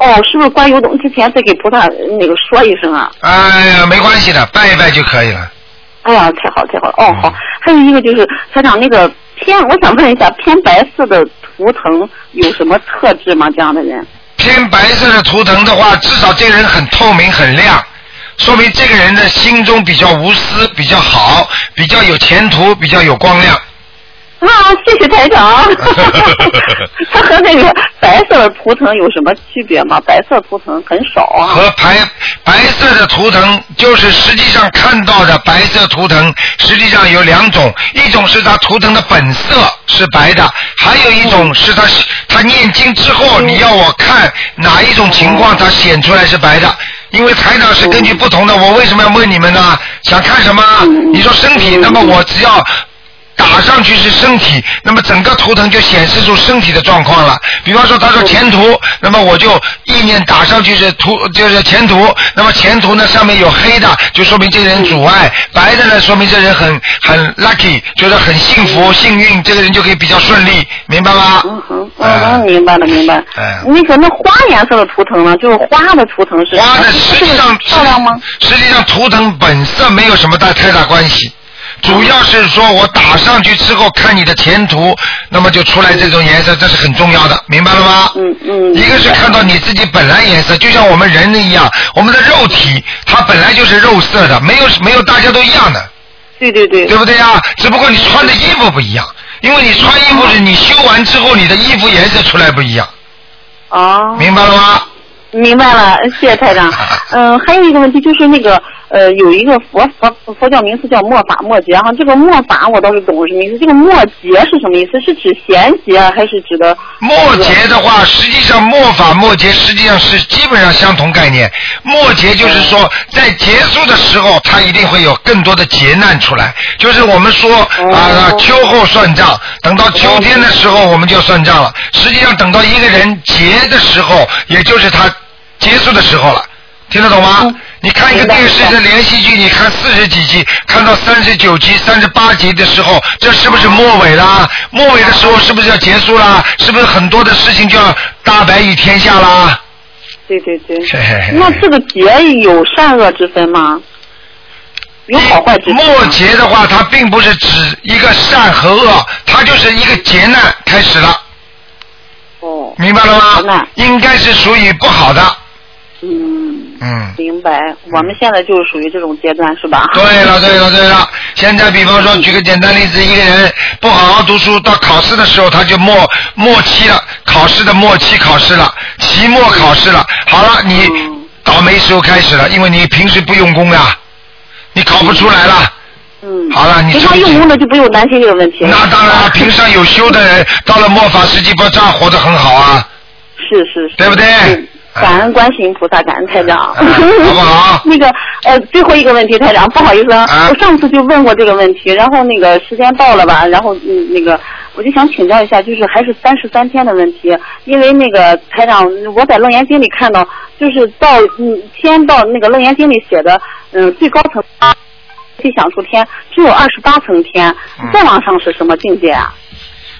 Speaker 7: 哦，是不是关油灯之前再给菩萨呃那个说一声啊？
Speaker 2: 哎呀，没关系的，拜一拜就可以了。
Speaker 7: 哎呀，太好了太好了，哦好。还有一个就是台长那个偏，我想问一下，偏白色的图腾有什么特质吗？这样的人？
Speaker 2: 偏白色的图腾的话，至少这个人很透明、很亮，说明这个人的心中比较无私、比较好、比较有前途、比较有光亮。
Speaker 7: 啊，谢谢台长。 它和那个白色图腾有什么区别吗？白色图腾很少啊。
Speaker 2: 和白白色的图腾，就是实际上看到的白色图腾，实际上有两种，一种是它图腾的本色是白的，还有一种是它它念经之后，你要我看哪一种情况它显出来是白的。因为台长是根据不同的，我为什么要问你们呢？想看什么？你说身体，那么我只要打上去是身体，那么整个图腾就显示出身体的状况了。比方说，他说前途，那么我就意念打上去是图，就是前途。那么前途呢，上面有黑的，就说明这人阻碍；白的呢，说明这人很很 lucky，觉得很幸福、幸运，这个人就可以比较顺利，明白吗？
Speaker 7: 嗯，明白了，明白。
Speaker 2: 哎
Speaker 7: 那个那花颜色的图腾呢？就是花的图腾是什么
Speaker 2: 花的实际上
Speaker 7: 漂亮吗？
Speaker 2: 实际上图腾本色没有什么大太大关系，主要是说我打上去之后看你的前途，那么就出来这种颜色，这是很重要的，明白了吗？
Speaker 7: 嗯嗯。
Speaker 2: 一个是看到你自己本来颜色，就像我们人一样，我们的肉体它本来就是肉色的，没有没有大家都一样的。
Speaker 7: 对对对。
Speaker 2: 对不对呀？只不过你穿的衣服不一样，因为你穿衣服是你修完之后你的衣服颜色出来不一样，
Speaker 7: 哦。
Speaker 2: 明白了吗？
Speaker 7: 明白了，谢谢台长。嗯、还有一个问题就是那个呃，有一个佛佛佛教名词叫末法末劫哈，这个末法我倒是懂是什么意思，这个末劫是什么意思？是指闲劫还是指的？
Speaker 2: 末节的话，实际上末法末节实际上是基本上相同概念。末节就是说，在结束的时候，它一定会有更多的劫难出来。就是我们说啊，秋后算账，等到秋天的时候我们就算账了。实际上，等到一个人劫的时候，也就是他结束的时候了。听得懂吗？你看一个电视的连续剧，你看四十几集，看到三十九集、三十八集的时候，这是不是末尾啦？末尾的时候是不是要结束啦？是不是很多的事情就要大白于天下啦？
Speaker 7: 对对对。
Speaker 2: 嘿嘿嘿
Speaker 7: 那这个劫有善恶之分吗？有好坏之分吗。
Speaker 2: 末节的话，它并不是指一个善和恶，它就是一个劫难开始了。
Speaker 7: 哦。
Speaker 2: 明白了吗？应该是属于不好的。
Speaker 7: 嗯，
Speaker 2: 嗯。
Speaker 7: 明白。我们现在就是属于这种阶段，是吧？
Speaker 2: 对了，对了，对了。现在比方说，
Speaker 7: 嗯
Speaker 2: 举个简单例子，一个人不好好读书，到考试的时候他就末末期了，考试的末期考试了，期末考试了。好了，你
Speaker 7: 嗯
Speaker 2: 倒霉时候开始了，因为你平时不用功呀，你考不出来了。
Speaker 7: 嗯。
Speaker 2: 好了，你
Speaker 7: 平常用功的就不用担心这个问题。
Speaker 2: 那当然了，平常有修的 人，到了末法时期，不照样活得很好啊，
Speaker 7: 是是是。嗯
Speaker 2: 对不对？
Speaker 7: 感恩观世音菩萨，感恩台长，
Speaker 2: 哎好不好？
Speaker 7: 那个呃，最后一个问题，台长，不好意思，啊、我上次就问过这个问题，然后那个时间到了吧，然后嗯那个我就想请教一下，就是还是三十三天的问题，因为那个台长，我在《楞严经》里看到，就是到嗯天到那个《楞严经》里写的，嗯最高层最想出天只有二十八层天，
Speaker 2: 嗯
Speaker 7: 再往上是什么境界啊？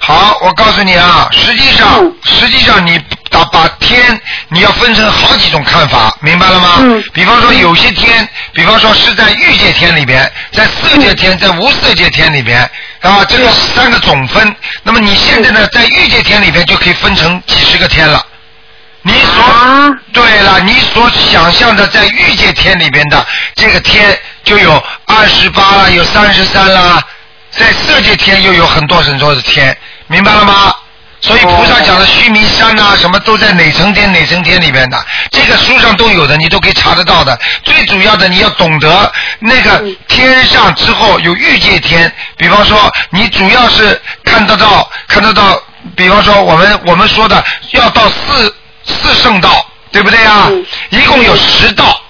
Speaker 2: 好，我告诉你啊，实际上，实际上你把把天你要分成好几种看法，明白了吗？嗯。比方说有些天，比方说是在欲界天里边，在色界天，在无色界天里边啊，这个三个总分。那么你现在呢，在欲界天里边就可以分成几十个天了。你所、对了，你所想象的在欲界天里边的这个天，就有二十八啦，有三十三啦，在色界天又有很多很多的天，明白了吗？所以菩萨讲的须弥山呐、什么都在哪层天哪层天里边的，这个书上都有的，你都可以查得到的。最主要的，你要懂得那个天上之后有欲界天，比方说你主要是看得到看得到，比方说我们我们说的要到四四圣道，对不对啊？一共有十道，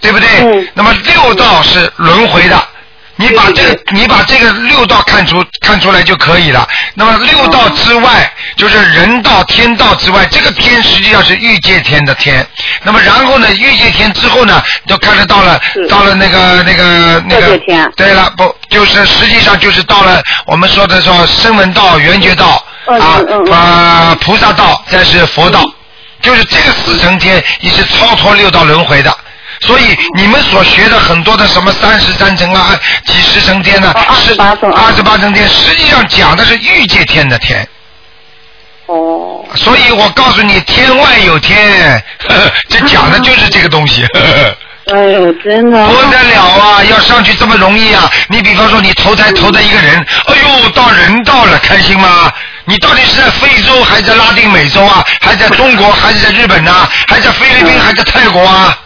Speaker 2: 对不对？那么六道是轮回的。你把这个，你把这个六道看出看出来就可以了。那么六道之外，就是人道、天道之外，这个天实际上是欲界天的天。那么然后呢，欲界天之后呢，就看得到了，到了那个那个那个。对了，不就是实际上就是到了我们说的说声闻道、缘觉道啊啊菩萨道，再是佛道，就是这个四层天，你是超脱六道轮回的。所以你们所学的很多的什么三十三层啊、几十层天呢、哦二十八啊层、二十八层天，实际上讲的是欲界天的天。
Speaker 7: 哦。
Speaker 2: 所以我告诉你，天外有天，呵呵这讲的就是这个东西。呵 呵
Speaker 7: 哎呦，真的。
Speaker 2: 不得了啊！要上去这么容易啊？你比方说你投胎投的一个人，哎呦，到人道了，开心吗？你到底是在非洲，还是在拉丁美洲啊？还是在中国，还是在日本呐、啊还是在菲律宾，还是在泰国啊？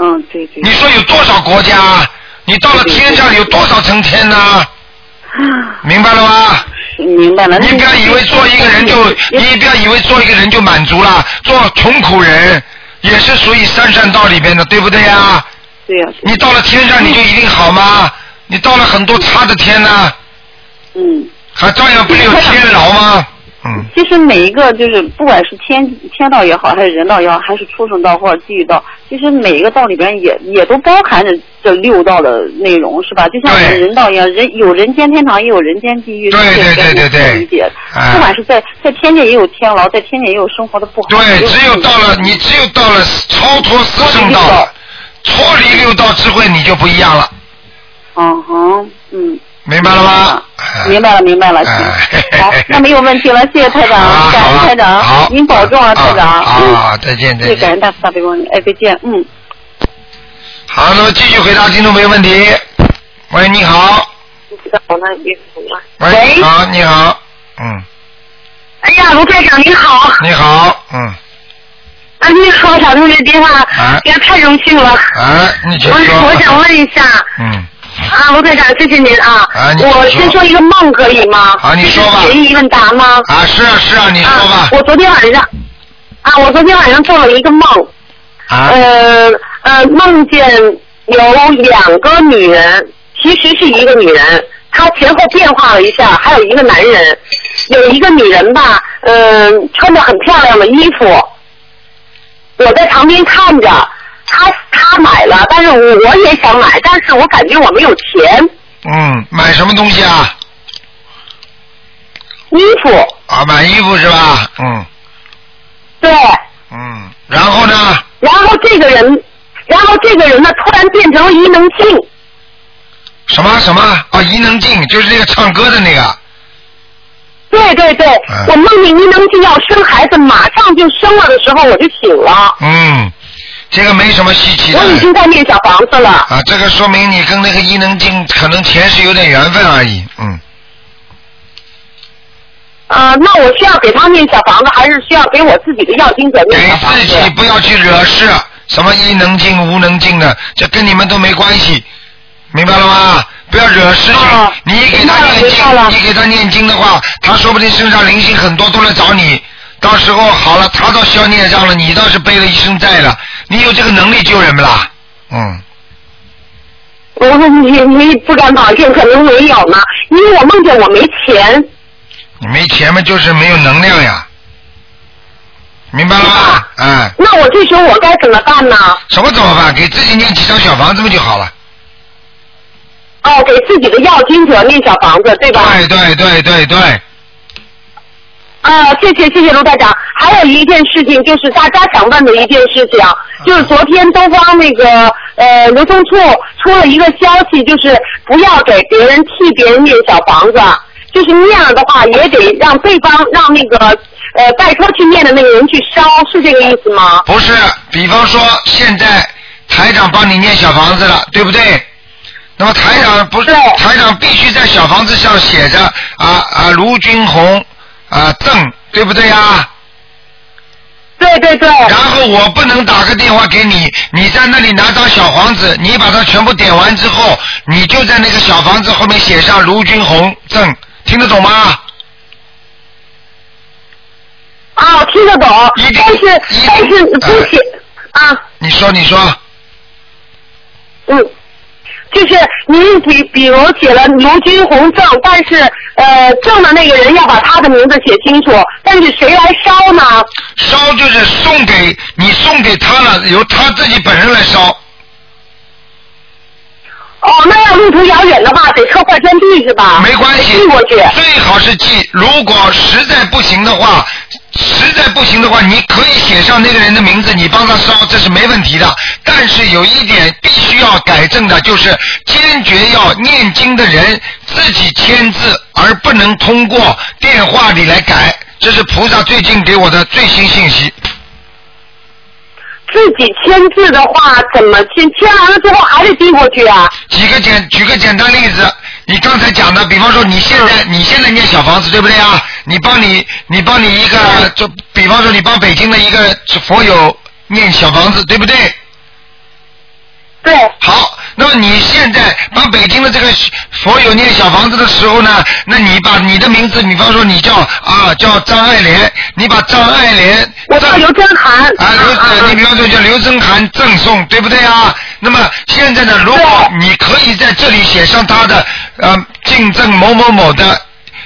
Speaker 7: 嗯，对对。
Speaker 2: 你说有多少国家？你到了天上有多少层天呢、明白了吗？
Speaker 7: 明白了。
Speaker 2: 你不要以为做一个人就，你不要以为做一个人就满足了，做穷苦人也是属于三善道里边的，对不对呀？
Speaker 7: 对呀、
Speaker 2: 你到了天上你就一定好吗？你到了很多差的天呢、
Speaker 7: 嗯。
Speaker 2: 还照样不是有天牢吗？
Speaker 7: 其实每一个就是，不管是天天道也好，还是人道也好，还是畜生道或者地狱道，其实每一个道里边也也都包含着这六道的内容，是吧？就像我们人道一样，人有人间天堂，也有人间地狱，
Speaker 2: 对
Speaker 7: 这个
Speaker 2: 对
Speaker 7: 应该
Speaker 2: 对
Speaker 7: 是
Speaker 2: 对
Speaker 7: 可以理解的。
Speaker 2: 哎
Speaker 7: 不管是在在天界也有天牢，在天界也有生活的不好。
Speaker 2: 对，只有到了你只有到了超脱四圣道了，脱离六道智慧，你就不一样了，哎
Speaker 7: 嗯哼，嗯，
Speaker 2: 明白了吗？哎
Speaker 7: 明白了，明白了，行。好，那没有问题了，谢谢台长，感恩台长，您保重啊，台长。
Speaker 2: 啊，再见
Speaker 7: 嗯，
Speaker 2: 再
Speaker 7: 谢谢感
Speaker 2: 见。
Speaker 7: 恩大慈大悲观世音哎，再见，嗯。
Speaker 2: 好，那么继续回答听众朋友问题。喂，你好，喂，你好，你好，嗯，
Speaker 8: 哎呀，卢台长您好，
Speaker 2: 你好，嗯，
Speaker 8: 啊，你好，小同学电话，
Speaker 2: 哎
Speaker 8: 呀，太荣幸了。
Speaker 2: 哎，你请说。
Speaker 8: 我我想问一下，
Speaker 2: 嗯，
Speaker 8: 啊，卢台长，谢谢您啊。
Speaker 2: 啊你请说
Speaker 8: 我先说一个梦可以吗？
Speaker 2: 啊你说吧
Speaker 8: 这是悬疑问答吗？
Speaker 2: 啊，是啊，是啊，你说吧。
Speaker 8: 我昨天晚上，啊，我昨天晚上做了一个梦，
Speaker 2: 啊
Speaker 8: 呃呃，梦见有两个女人，其实是一个女人，她前后变化了一下，还有一个男人，有一个女人吧，嗯、穿着很漂亮的衣服，我在旁边看着，她她买了，但是我也想买，但是我感觉我没有钱，
Speaker 2: 嗯，买什么东西啊？
Speaker 8: 衣服。
Speaker 2: 啊，买衣服是吧？嗯
Speaker 8: 对，
Speaker 2: 嗯，然后呢？
Speaker 8: 然后这个人，然后这个人呢，突然变成了伊能静。
Speaker 2: 什么什么啊？伊能静就是那个唱歌的那个
Speaker 8: 对对对，
Speaker 2: 哎
Speaker 8: 我梦见伊能静要生孩子，马上就生了的时候，我就醒了。
Speaker 2: 嗯，这个没什么稀奇的
Speaker 8: 我已经在念小房子了。
Speaker 2: 啊。这个说明你跟那个伊能静可能前世有点缘分而已。嗯，
Speaker 8: 呃，那我需要给他念小房子，还是需要给我自己的药精者念小房
Speaker 2: 自
Speaker 8: 子？
Speaker 2: 己不要去惹事，什么伊能静、无能静的，这跟你们都没关系，明白了吗？不要惹事情。你一给他念经，你给他念经的话，他说不定身上灵性很多都来找你。到时候好了，他倒消孽障了，你倒是背了一身债了。你有这个能力救人不啦？嗯，
Speaker 8: 我你你不敢保证，可能没有呢，因为我梦见我没钱。
Speaker 2: 你没钱嘛，就是没有能量呀，明白了吗？哎，
Speaker 8: 那我这时候我该怎么办呢？
Speaker 2: 什么怎么办？给自己念几张小房子不就好了？
Speaker 8: 哦，给自己的药精者念小房子，对吧？
Speaker 2: 对对哎对对对，
Speaker 8: 啊，谢谢谢谢卢台长。还有一件事情，就是大家想问的一件事情，啊就是昨天东方那个呃流通处出了一个消息，就是不要给别人替别人念小房子，啊就是念了的话也得让对方让那个呃拜托去念的那个人去烧，是这个意思吗？
Speaker 2: 不是，比方说现在台长帮你念小房子了，对不对？那么台长不是台长必须在小房子上写着啊啊卢军红啊邓，对不对呀、啊
Speaker 8: 对对对。
Speaker 2: 然后我不能打个电话给你，你在那里拿张小房子，你把它全部点完之后，你就在那个小房子后面写上卢军红邓，听得懂吗？
Speaker 8: 啊，我听得懂，但是但是不写、啊。
Speaker 2: 呃你说，你说。
Speaker 8: 嗯，就是您比比如写了卢军红赠，但是呃赠的那个人要把他的名字写清楚，但是谁来烧呢？
Speaker 2: 烧就是送给你送给他了，由他自己本人来烧。
Speaker 8: 哦，那要路途遥远的话，得车祸钻地是吧？
Speaker 2: 没关系，
Speaker 8: 寄过去。
Speaker 2: 最好是寄。如果实在不行的话，实在不行的话，你可以写上那个人的名字，你帮他烧，这是没问题的。但是有一点必须要改正的，就是坚决要念经的人自己签字，而不能通过电话里来改。这是菩萨最近给我的最新信息。
Speaker 8: 自己签字的话，怎么签？签完了之后还得递过去啊？
Speaker 2: 举个简举个简单例子，你刚才讲的，比方说你现在、
Speaker 8: 嗯
Speaker 2: 你现在念小房子对不对啊？你帮你你帮你一
Speaker 8: 嗯
Speaker 2: 个，就比方说你帮北京的一个佛友念小房子对不对？
Speaker 8: 对。
Speaker 2: 好，那么你现在帮北京的这个佛友念小房子的时候呢，那你把你的名字，比方说你叫啊叫张爱莲，你把张爱莲，我叫刘
Speaker 8: 真涵
Speaker 2: 啊刘，呃你比方说叫刘真涵赠送，对不对啊？那么现在呢，如果你可以在这里写上他的呃敬赠某某某的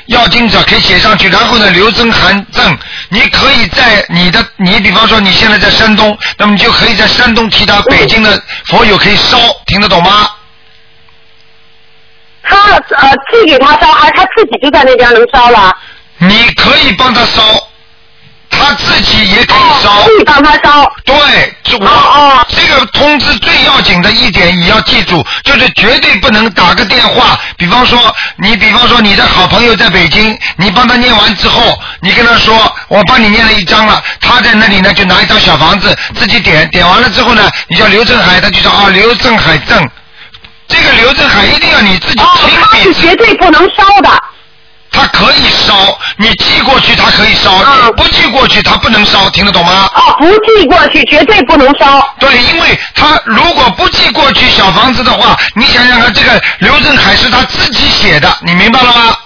Speaker 2: 要经者可以写上去，然后呢，刘增涵赠，你可以在你的，你比方说你现在在山东，那么你就可以在山东提到北京的佛友可以烧，听得懂吗？
Speaker 8: 他呃寄给他烧，还是他自己就在那边能烧了？
Speaker 2: 你可以帮他烧，他自己也可以烧。
Speaker 8: 自己哦帮他烧。
Speaker 2: 对，就我、哦这个通知最要紧的一点，你要记住，就是绝对不能打个电话。比方说，你比方说你的好朋友在北京，你帮他念完之后，你跟他说我帮你念了一张了，他在那里呢就拿一张小房子自己点，点完了之后呢，你叫刘振海，他就说啊刘振海赠。这个刘振海一定要你自己亲
Speaker 8: 哦
Speaker 2: 笔、是绝
Speaker 8: 对不能烧的。
Speaker 2: 他可以烧，你寄过去他可以烧，你不寄过去他不能烧，听得懂吗？
Speaker 8: 啊哦，不寄过去绝对不能烧。
Speaker 2: 对，因为他如果不寄过去小房子的话，你想想看，这个刘振海是他自己写的，你明白了吗？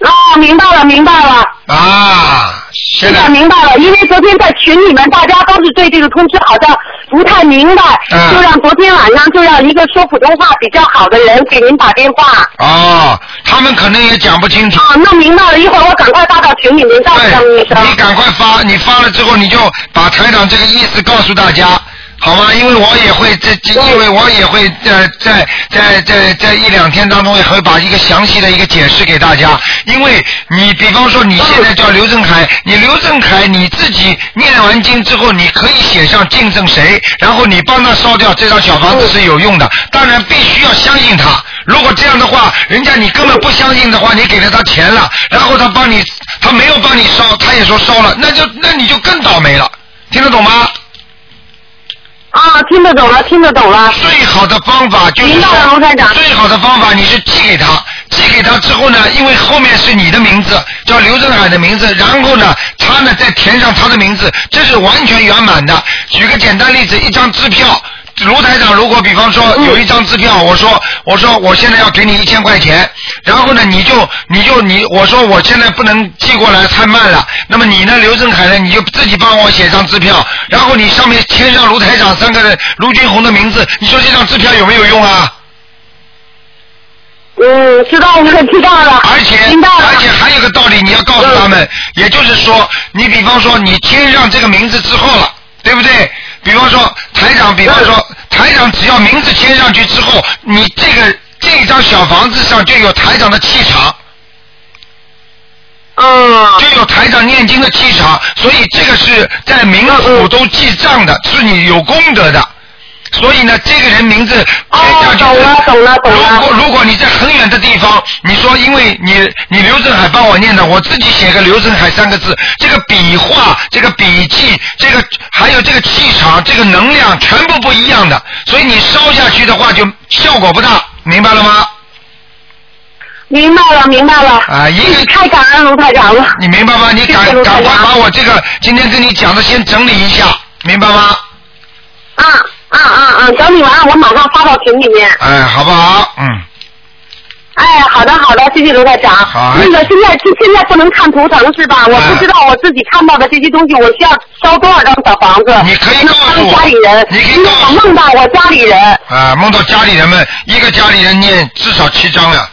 Speaker 8: 哦，明白了，明白了。
Speaker 2: 啊，现在
Speaker 8: 在明白了，因为昨天在群里面大家都是对这个通知好像不太明白，
Speaker 2: 嗯
Speaker 8: 就让昨天晚上就让一个说普通话比较好的人给您打电话。
Speaker 2: 哦，他们可能也讲不清楚。
Speaker 8: 啊，那明白了，一会儿我赶快发到群里面告诉他们一声。
Speaker 2: 你赶快发，你发了之后你就把台长这个意思告诉大家，好吗？因为我也会这，这因为我也会呃在在在在一两天当中也会把一个详细的一个解释给大家。因为你比方说你现在叫刘正凯，你刘正凯你自己念完经之后，你可以写上敬赠谁，然后你帮他烧掉这张小房子是有用的。当然必须要相信他。如果这样的话，人家你根本不相信的话，你给了他钱了，然后他帮你，他没有帮你烧，他也说烧了，那就那你就更倒霉了，听得懂吗？
Speaker 8: 啊，听得懂了，听得懂了。
Speaker 2: 最好的方法就是
Speaker 8: 明白了，卢台长。
Speaker 2: 最好的方法你是寄给他，寄给他之后呢，因为后面是你的名字，叫刘振海的名字，然后呢，他呢再填上他的名字，这是完全圆满的。举个简单例子，一张支票。卢台长，如果比方说有一张支票，我说我说我现在要给你一千块钱，然后呢你就你就你我说我现在不能寄过来太慢了，那么你呢刘振海呢你就自己帮我写张支票，然后你上面签上卢台长三个人卢军红的名字，你说这张支票有没有用啊？
Speaker 8: 嗯，知道了，知道了。嗯
Speaker 2: 而且而且还有个道理，你要告诉他们，也就是说，你比方说你签上这个名字之后了，对不对？比方说台
Speaker 8: 嗯
Speaker 2: 长，比方说台长，只要名字签上去之后，你这个这张小房子上就有台长的气场。
Speaker 8: 嗯，
Speaker 2: 就有台长念经的气场，所以这个是在民
Speaker 8: 嗯
Speaker 2: 府都记账的，是你有功德的。所以呢，这个人名字签上去，懂了，
Speaker 8: 哦懂了，
Speaker 2: 懂了。如果如果你在很远的地方，你说因为你你刘振海帮我念的，我自己写个刘振海三个字，这个笔画、这个笔记、这个还有这个气场、这个能量全部不一样的，所以你烧下去的话就效果不大，明白了吗？
Speaker 8: 明白了，明白了。
Speaker 2: 啊，一个
Speaker 8: 太感恩卢台长了。
Speaker 2: 你明白吗？你赶
Speaker 8: 谢谢卢
Speaker 2: 赶
Speaker 8: 台
Speaker 2: 快
Speaker 8: 长
Speaker 2: 把我这个今天跟你讲的先整理一下，明白吗？
Speaker 8: 啊啊啊！整理完了，我马上发到群里面。
Speaker 2: 哎，好不好？嗯，
Speaker 8: 哎，好的好的，谢谢卢台长。嗯
Speaker 2: 好
Speaker 8: 那个现在现现在不能看图腾是吧？我不知道我自己看到的这些东西，我需要烧多少张小房子？你
Speaker 2: 可以
Speaker 8: 告诉我。家里人，你可以告诉我梦到我家里人，
Speaker 2: 啊，梦到家里人们，一个家里人念至少七章了。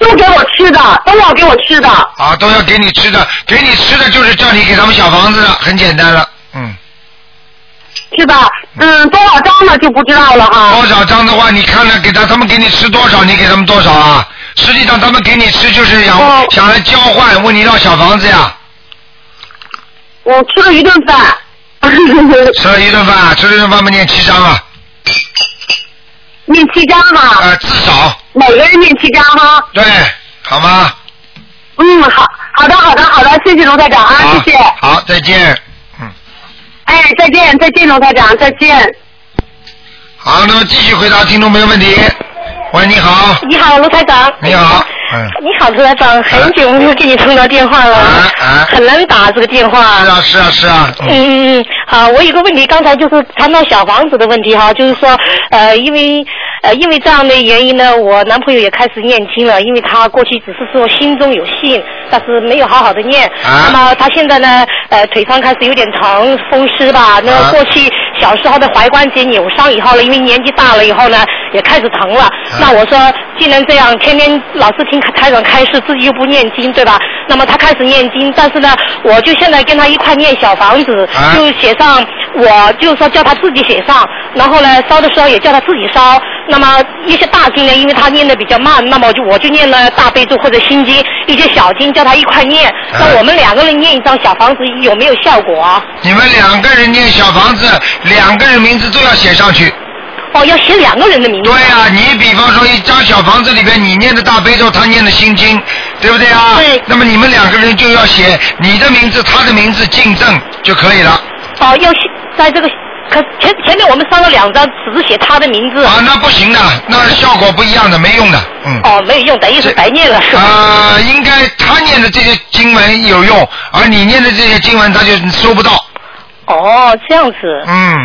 Speaker 8: 都给我吃的，都要给我吃的。
Speaker 2: 啊，都要给你吃的，给你吃的就是叫你给他们小房子的，很简单了，嗯。
Speaker 8: 是吧？嗯，多少张呢就不知道了哈。
Speaker 2: 多少张的话，你看了给他，他们给你吃多少，你给他们多少啊？实际上他们给你吃就是想、
Speaker 8: 哦
Speaker 2: 想来交换，问你要小房子呀。
Speaker 8: 我吃了一顿饭。
Speaker 2: 吃了一顿饭，啊吃了一顿饭，们念七章啊，
Speaker 8: 念七张哈。
Speaker 2: 呃，至少。
Speaker 8: 每个人念七张哈。
Speaker 2: 对，好吗？
Speaker 8: 啊嗯，好，好的，好的，好的，谢谢卢台长啊，谢谢。
Speaker 2: 好，再见。
Speaker 8: 哎，哎，再见，再见，龙台长，再见。
Speaker 2: 好，那么继续回答听众朋友问题。喂，你好，
Speaker 10: 你好，卢台长。
Speaker 2: 你好，嗯，
Speaker 10: 你好，卢台长，很久没有给你通到电话了，
Speaker 2: 啊
Speaker 10: 很难打这个电话。
Speaker 2: 是啊，是啊，是啊，嗯
Speaker 10: 嗯嗯，好，我有个问题，刚才就是谈到小房子的问题哈，就是说，呃，因为呃因为这样的原因呢，我男朋友也开始念经了，因为他过去只是说心中有信，但是没有好好的念。那么他现在呢，呃，腿上开始有点疼，风湿吧。那过去小时候的踝关节扭伤以后呢，因为年纪大了以后呢，也开始疼了。那我说，既然这样，天天老是听台长开示，自己又不念经，对吧？那么他开始念经，但是呢，我就现在跟他一块念小房子，
Speaker 2: 啊
Speaker 10: 就写上，我就说叫他自己写上，然后呢，烧的时候也叫他自己烧。那么一些大经呢，因为他念的比较慢，那么我就我就念了大悲咒或者心经，一些小经叫他一块念。
Speaker 2: 啊
Speaker 10: 那我们两个人念一张小房子有没有效果啊？
Speaker 2: 你们两个人念小房子，两个人名字都要写上去。
Speaker 10: 哦，要写两个人的名字。
Speaker 2: 对啊，你比方说一张小房子里边，你念的大悲咒，他念的心经，对不对啊？对。那么你们两个人就要写你的名字，他的名字，进证就可以了。
Speaker 10: 哦，要写在这个可前前面我们烧了两张，只是写他的名字。
Speaker 2: 啊，那不行的，那效果不一样的，没用的。嗯。
Speaker 10: 哦，没有用的，意思白 念了是吧？
Speaker 2: 啊、应该他念的这些经文有用，而你念的这些经文他就收不到。
Speaker 10: 哦，这样子。
Speaker 2: 嗯。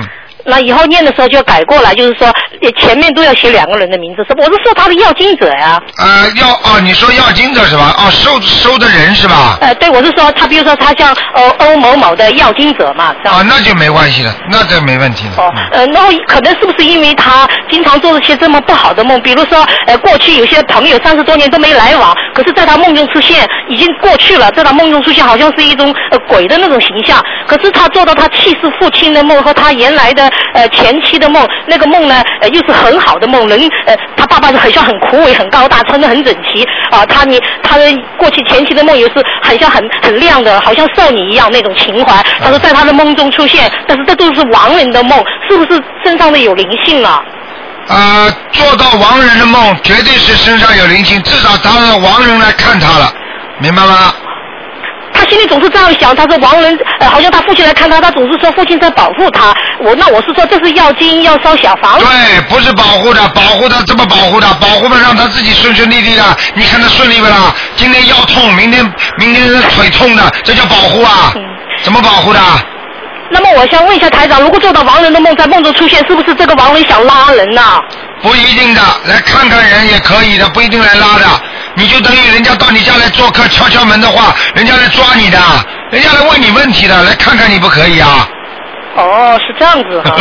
Speaker 10: 那以后念的时候就要改过来，就是说呃前面都要写两个人的名字，是吧我是说他的要经者呀、
Speaker 2: 呃，要哦，你说要经者是吧？哦，收收的人是吧？
Speaker 10: 呃，对，我是说他，比如说他像呃欧某某的要经者嘛，这样。
Speaker 2: 啊，那就没关系了，那这没问题了。嗯
Speaker 10: 呃，然后可能是不是因为他经常做一些这么不好的梦？比如说，呃，过去有些朋友三十多年都没来往，可是在他梦中出现，已经过去了，在他梦中出现好像是一种呃鬼的那种形象。可是他做到他去世父亲的梦和他原来的呃前妻的梦，那个梦呢，呃又是很好的梦，人呃他爸爸是很像很枯伟、很高大，穿得很整齐啊、他你他的过去前妻的梦也是很像很很亮的，好像少女一样那种情怀。他说在他的梦中出现，但是这都是亡人的梦，是不是身上的有灵性啊？
Speaker 2: 啊、做到亡人的梦，绝对是身上有灵性，至少他让亡人来看他了，明白吗？
Speaker 10: 他心里总是这样想，他说亡人，呃，好像他父亲来看他，他总是说父亲在保护他。我那我是说这是要经要烧小房子。
Speaker 2: 对，哎不是保护的，保护他怎么保护他？保护嘛，让他自己顺顺利利的。你看他顺利不啦？今天腰痛，明天明天腿痛的，这叫保护啊？怎么保护的？
Speaker 10: 那么我想问一下台长，如果做到亡人的梦在梦中出现，是不是这个亡人想拉人啊呐、
Speaker 2: 不一定的，来看看人也可以的，不一定来拉的。你就等于人家到你家来做客，敲敲门的话，人家来抓你的，人家来问你问题的，来看看你不可以啊？
Speaker 10: 哦，是这样子哈。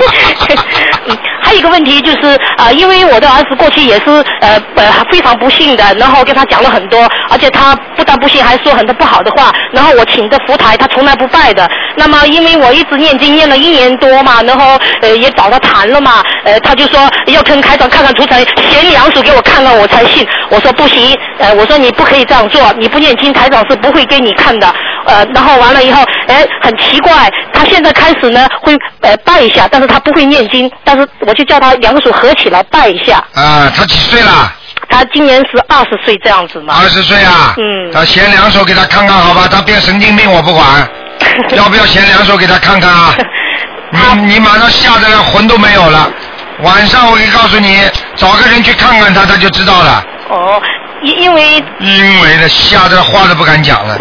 Speaker 10: 嗯还有一个问题就是啊、因为我的儿子过去也是呃呃非常不幸的，然后跟他讲了很多，而且他不但不信，还说很多不好的话。然后我请的佛台，他从来不拜的。那么因为我一直念经念了一年多嘛，然后呃也找他谈了嘛，呃他就说要跟开长看看图腾，显两手给我看看我才信。我说不行，呃我说你不可以这样做，你不念经台长是不会给你看的。呃，然后完了以后，哎，很奇怪，他现在开始呢会呃拜一下，但是他不会念经，但是我就叫他两个手合起来拜一下。
Speaker 2: 啊，他几岁了？
Speaker 10: 他今年是二十岁这样子嘛。
Speaker 2: 二十岁啊？
Speaker 10: 嗯。
Speaker 2: 他闲两手给他看看好吧，他变神经病我 不管，要不要闲两手给他看看啊？你你马上吓得连魂都没有了。晚上我可以告诉你，找个人去看看他，他就知道了。
Speaker 10: 哦，因因为
Speaker 2: 因为呢，吓得话都不敢讲 了。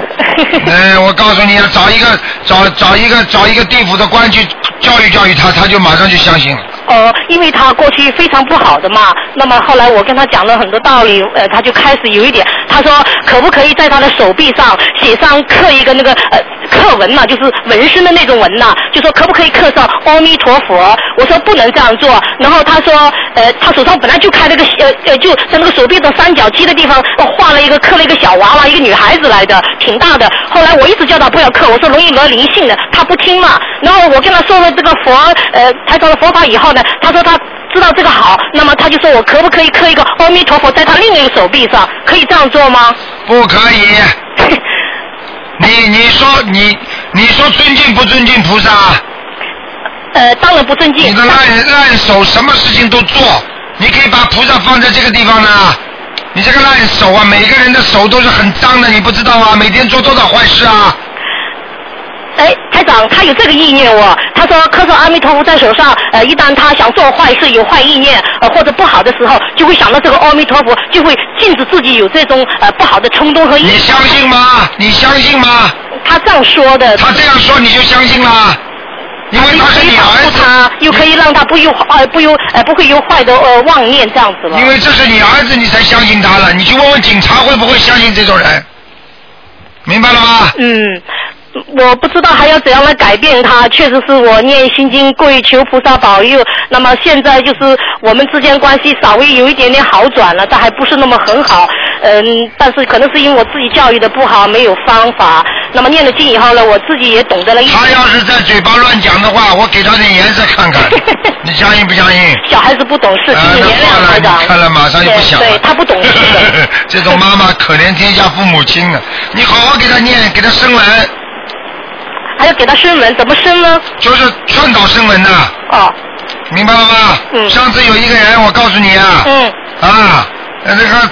Speaker 2: 嗯，我告诉你，找一个找找一个找一个地府的官去教育教育他，他就马上就相信了。
Speaker 10: 呃，因为他过去非常不好的嘛，那么后来我跟他讲了很多道理，呃，他就开始有一点，他说可不可以在他的手臂上写上刻一个那个呃刻文嘛，就是纹身的那种文呐、就说可不可以刻上阿弥陀佛？我说不能这样做，然后他说呃，他手上本来就开了个呃呃，就在那个手臂的三角肌的地方、呃画了一个刻了一个小娃娃，一个女孩子来的，挺大的。后来我一直叫他不要刻，我说容易得灵性的，他不听嘛。然后我跟他说了这个佛呃台长的佛法以后呢，他说他知道这个好，那么他就说我可不可以刻一个阿弥陀佛在他另一个手臂上，可以这样做吗？
Speaker 2: 不可以。你你说你你说尊敬不尊敬菩萨？
Speaker 10: 呃，当然不尊敬。
Speaker 2: 你的烂烂手什么事情都做，你可以把菩萨放在这个地方呢。你这个烂手啊，每个人的手都是很脏的，你不知道啊，每天做多少坏事啊。
Speaker 10: 哎，台长，他有这个意念哦。他说，磕着阿弥陀佛在手上，呃，一旦他想做坏事、有坏意念，呃，或者不好的时候，就会想到这个阿弥陀佛，就会禁止自己有这种呃不好的冲动和意念。你
Speaker 2: 相信吗？你相信吗？
Speaker 10: 他这样说的。
Speaker 2: 他这样说你就相信啦，因为他是你儿子，
Speaker 10: 他又可以让他不有呃不有呃不会有坏的呃妄念这样子了。
Speaker 2: 因为这是你儿子，你才相信他了。你去问问警察会不会相信这种人，明白了吗？
Speaker 10: 嗯，我不知道还要怎样来改变它。确实是我念心经，跪求菩萨保佑。那么现在就是我们之间关系稍微有一点点好转了，但还不是那么很好。嗯，但是可能是因为我自己教育的不好，没有方法。那么念了经以后呢，我自己也懂得了一些。
Speaker 2: 他要是在嘴巴乱讲的话，我给他点颜色 看看，你相信不相信？呃
Speaker 10: 小孩子不懂事，请你原谅台长。
Speaker 2: 看了马上就不想了。
Speaker 10: 对，对他不懂事的。
Speaker 2: 这种妈妈可怜天下父母亲啊！你好好给他念，给他生文。
Speaker 10: 还要给他生文，怎么生呢？
Speaker 2: 就是劝导生文呐、
Speaker 10: 哦。
Speaker 2: 明白了吗？嗯。上次有一个人，我告诉你啊。
Speaker 10: 嗯。
Speaker 2: 啊，那个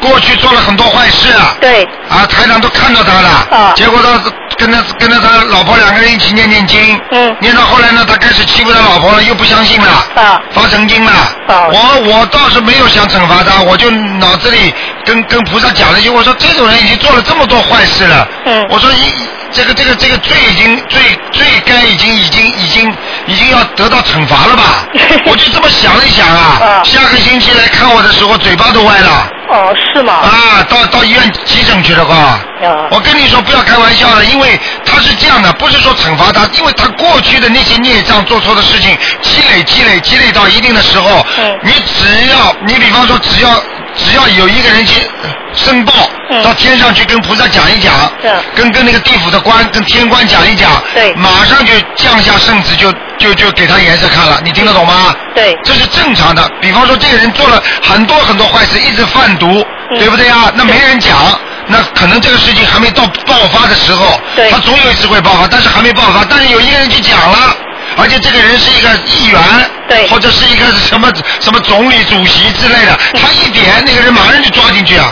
Speaker 2: 过去做了很多坏事啊。
Speaker 10: 对。
Speaker 2: 啊，台长都看到他了。
Speaker 10: 啊
Speaker 2: 结果他跟他跟着他老婆两个人一起念念经。
Speaker 10: 嗯。
Speaker 2: 念到后来呢，他开始欺负他老婆了，又不相信了。
Speaker 10: 啊。
Speaker 2: 发神经了。
Speaker 10: 啊。
Speaker 2: 我我倒是没有想惩罚他，我就脑子里跟跟菩萨讲了一句，我说这种人已经做了这么多坏事了。
Speaker 10: 嗯。
Speaker 2: 我说一这个这个这个罪已经罪罪该已经已经已经已经要得到惩罚了 吧？我就这么想了一想啊，下个星期来看我的时候嘴巴都歪了。
Speaker 10: 哦，是吗？啊
Speaker 2: 啊，到到医院急诊去了哈。我跟你说，不要开玩笑了，因为他是这样的，不是说惩罚他，因为他过去的那些孽障、做错的事情积累、积累、积累到一定的时候，
Speaker 10: 嗯
Speaker 2: 你只要，你比方说，只要只要有一个人去呃申报，
Speaker 10: 嗯
Speaker 2: 到天上去跟菩萨讲一讲，跟跟那个地府的官、跟天官讲一讲，马上就降下圣旨，就就就给他颜色看了，你听得懂吗？
Speaker 10: 对，
Speaker 2: 这是正常的。比方说，这个人做了很多很多坏事，一直贩毒，对不对啊？那没人讲。那可能这个事情还没到爆发的时候，他总有一次会爆发，但是还没爆发。但是有一个人去讲了，而且这个人是一个议员，对，或者是一个什么什么总理、主席之类的，他一点那个人马上就抓进去啊，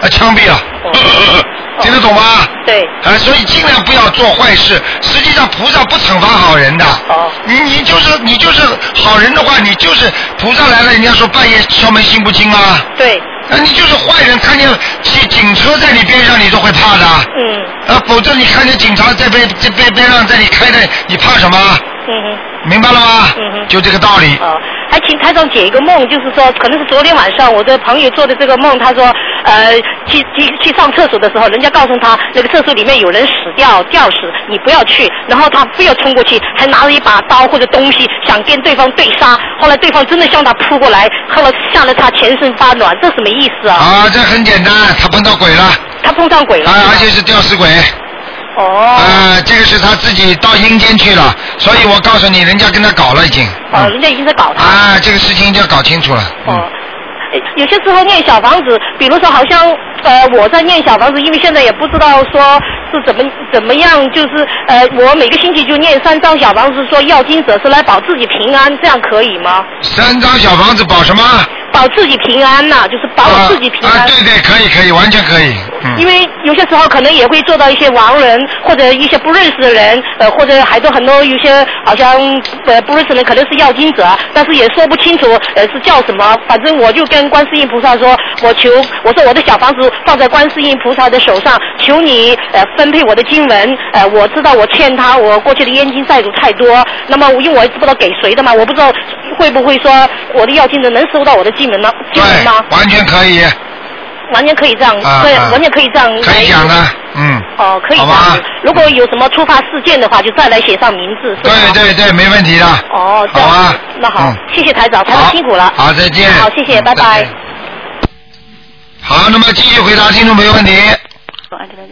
Speaker 2: 啊枪毙啊， 听得懂吗？
Speaker 10: 哦对。
Speaker 2: 啊，所以尽量不要做坏事。实际上，菩萨不惩罚好人的。哦。你你就是你就是好人的话，你就是菩萨来了，人家说半夜敲门心不惊啊。
Speaker 10: 对。
Speaker 2: 啊，你就是坏人，看见骑警车在你边上，你都会怕的。
Speaker 10: 嗯。
Speaker 2: 啊，否则你看见警察在边在边边上在你开的，你怕什么？啊
Speaker 10: 嗯哼。
Speaker 2: 明白了吗？
Speaker 10: 嗯哼。
Speaker 2: 就这个道理。
Speaker 10: 哦，还请台长解一个梦，就是说，可能是昨天晚上我的朋友做的这个梦，他说，呃，去去去上厕所的时候，人家告诉他那个厕所里面有人死掉吊死，你不要去，然后他非要冲过去，还拿着一把刀或者东西想跟对方对杀，后来对方真的向他扑过来，后来吓得他全身发暖，这什么意思啊？
Speaker 2: 啊，这很简单，他碰到鬼了。
Speaker 10: 他碰上鬼了。
Speaker 2: 啊，而且是吊死鬼。
Speaker 10: 嗯哦。
Speaker 2: 啊，这个是他自己到阴间去了，所以我告诉你，人家跟他搞了已经。嗯
Speaker 10: 哦，人家已经在搞他。
Speaker 2: 啊，这个事情一定要搞清楚了。
Speaker 12: 哦
Speaker 2: 嗯
Speaker 10: 呃有些时候念小房子，比如说好像呃我在念小房子，因为现在也不知道说是怎么怎么样，就是呃我每个星期就念三张小房子，说要经者是来保自己平安，这样可以吗？
Speaker 2: 三张小房子保什么？
Speaker 10: 保自己平安呐、就是保我自己平安。
Speaker 2: 对对，可以可以，完全可以。嗯。
Speaker 10: 因为有些时候可能也会做到一些亡人或者一些不认识的人，呃，或者还有很多有些好像呃不认识的人可能是要经者，但是也说不清楚呃是叫什么。反正我就跟观世音菩萨说，我求我说我的小房子放在观世音菩萨的手上，求你呃分配我的经文，呃我知道我欠他，我过去的冤亲债主太多，那么因为我也不知道给谁的嘛，我不知道会不会说我的要经者能收到我的经文吗？经文吗？
Speaker 2: 完全可以，
Speaker 10: 完全可以这样，
Speaker 2: 啊
Speaker 10: 对，
Speaker 2: 啊
Speaker 10: 完全可以这样。
Speaker 2: 可以讲的，嗯，
Speaker 10: 哦，可以
Speaker 2: 好吧
Speaker 10: 的。如果有什么突发事件的话，就再来写上名字，是吧？
Speaker 2: 对对对，没问题的。
Speaker 10: 哦，这
Speaker 2: 好
Speaker 10: 样
Speaker 2: 啊
Speaker 10: 子，那好
Speaker 2: 嗯，
Speaker 10: 谢谢台长，台长辛苦了。
Speaker 2: 好再见
Speaker 10: 好，谢谢，拜拜。
Speaker 2: 好，那么继续回答听众朋友问题。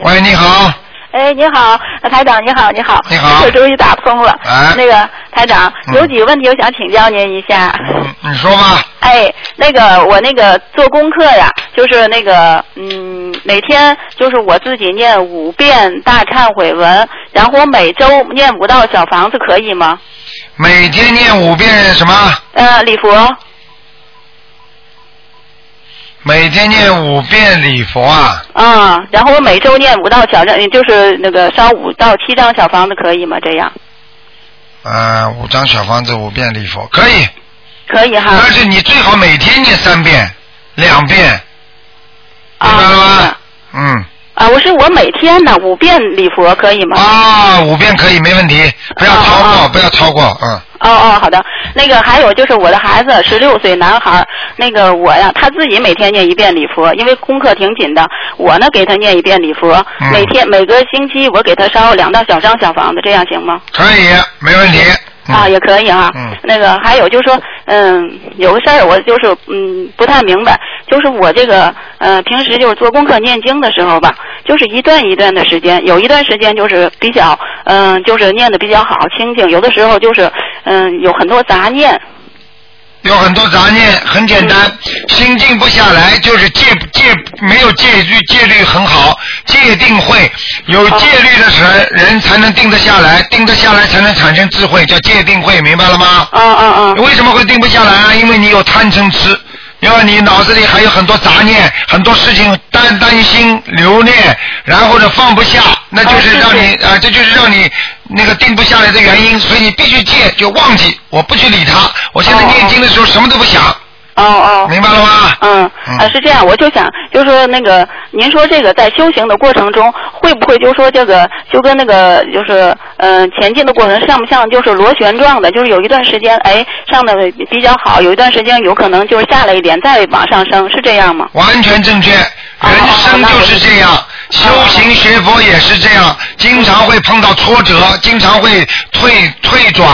Speaker 2: 喂，你好，
Speaker 12: 哎，你好，呃台长，你好，你好，
Speaker 2: 你好
Speaker 12: 这终于打通了。
Speaker 2: 哎
Speaker 12: 那个台长，
Speaker 2: 嗯
Speaker 12: 有几个问题我想请教您一下。
Speaker 2: 你说吧。
Speaker 12: 哎，那个我那个做功课呀，就是那个嗯，每天就是我自己念五遍大忏悔文，然后我每周念五到小房子，可以吗？呃
Speaker 2: 每天嗯念五遍什么？
Speaker 12: 呃，礼佛，
Speaker 2: 每天念五遍礼佛啊，
Speaker 12: 啊、然后我每周念五到小张，也就是那个烧五到七张小房子，可以吗？这样
Speaker 2: 呃，五张小房子五遍礼佛可以，
Speaker 12: 可以哈。
Speaker 2: 但是你最好每天念三遍、两遍，嗯明白了吗？
Speaker 12: 啊，我是我每天呢五遍礼佛，可以吗？
Speaker 2: 嗯，啊，五遍可以没问题，不要超过，不要超过，嗯。
Speaker 12: 哦哦，好的。那个还有就是我的孩子十六岁男孩儿，那个我呀，他自己每天念一遍礼佛，因为功课挺紧的，我呢给他念一遍礼佛，
Speaker 2: 嗯
Speaker 12: 每天每个星期我给他烧两到小张小房子，这样行吗？
Speaker 2: 可以，没问题。
Speaker 12: 啊，也可以啊。
Speaker 2: 嗯
Speaker 12: 那个还有就是说，嗯，有个事儿我就是嗯不太明白，就是我这个呃平时就是做功课念经的时候吧，就是一段一段的时间，有一段时间就是比较嗯、就是念的比较好清静，有的时候就是嗯、有很多杂念。
Speaker 2: 有很多杂念，很简单，
Speaker 12: 嗯
Speaker 2: 心静不下来就是戒戒没有戒律，戒律很好，戒定慧，有戒律的人人才能定得下来，定得下来才能产生智慧，叫戒定慧，明白了吗？
Speaker 12: 嗯嗯嗯。
Speaker 2: 为什么会定不下来啊？因为你有贪嗔痴。因为你脑子里还有很多杂念，很多事情担担心、留恋，然后呢放不下，那
Speaker 12: 哦
Speaker 2: 就是让你啊、这就是让你那个定不下来的原因，所以你必须戒，就忘记，我不去理他。我现在念经的时候什么都不想。
Speaker 12: 哦哦，
Speaker 2: 明白了吗？
Speaker 12: 嗯，啊，是这样，我就想，就是说那个，您说这个在修行的过程中，会不会就说这个，就跟那个就是，嗯、前进的过程像不像就是螺旋状的，就是有一段时间，哎，上的比较好，有一段时间有可能就是下来一点，再往上升，是这样吗？
Speaker 2: 完全正确，
Speaker 12: 哦
Speaker 2: 人生就是这样，修行学佛也是这样，经常会碰到挫折，经常会退退转，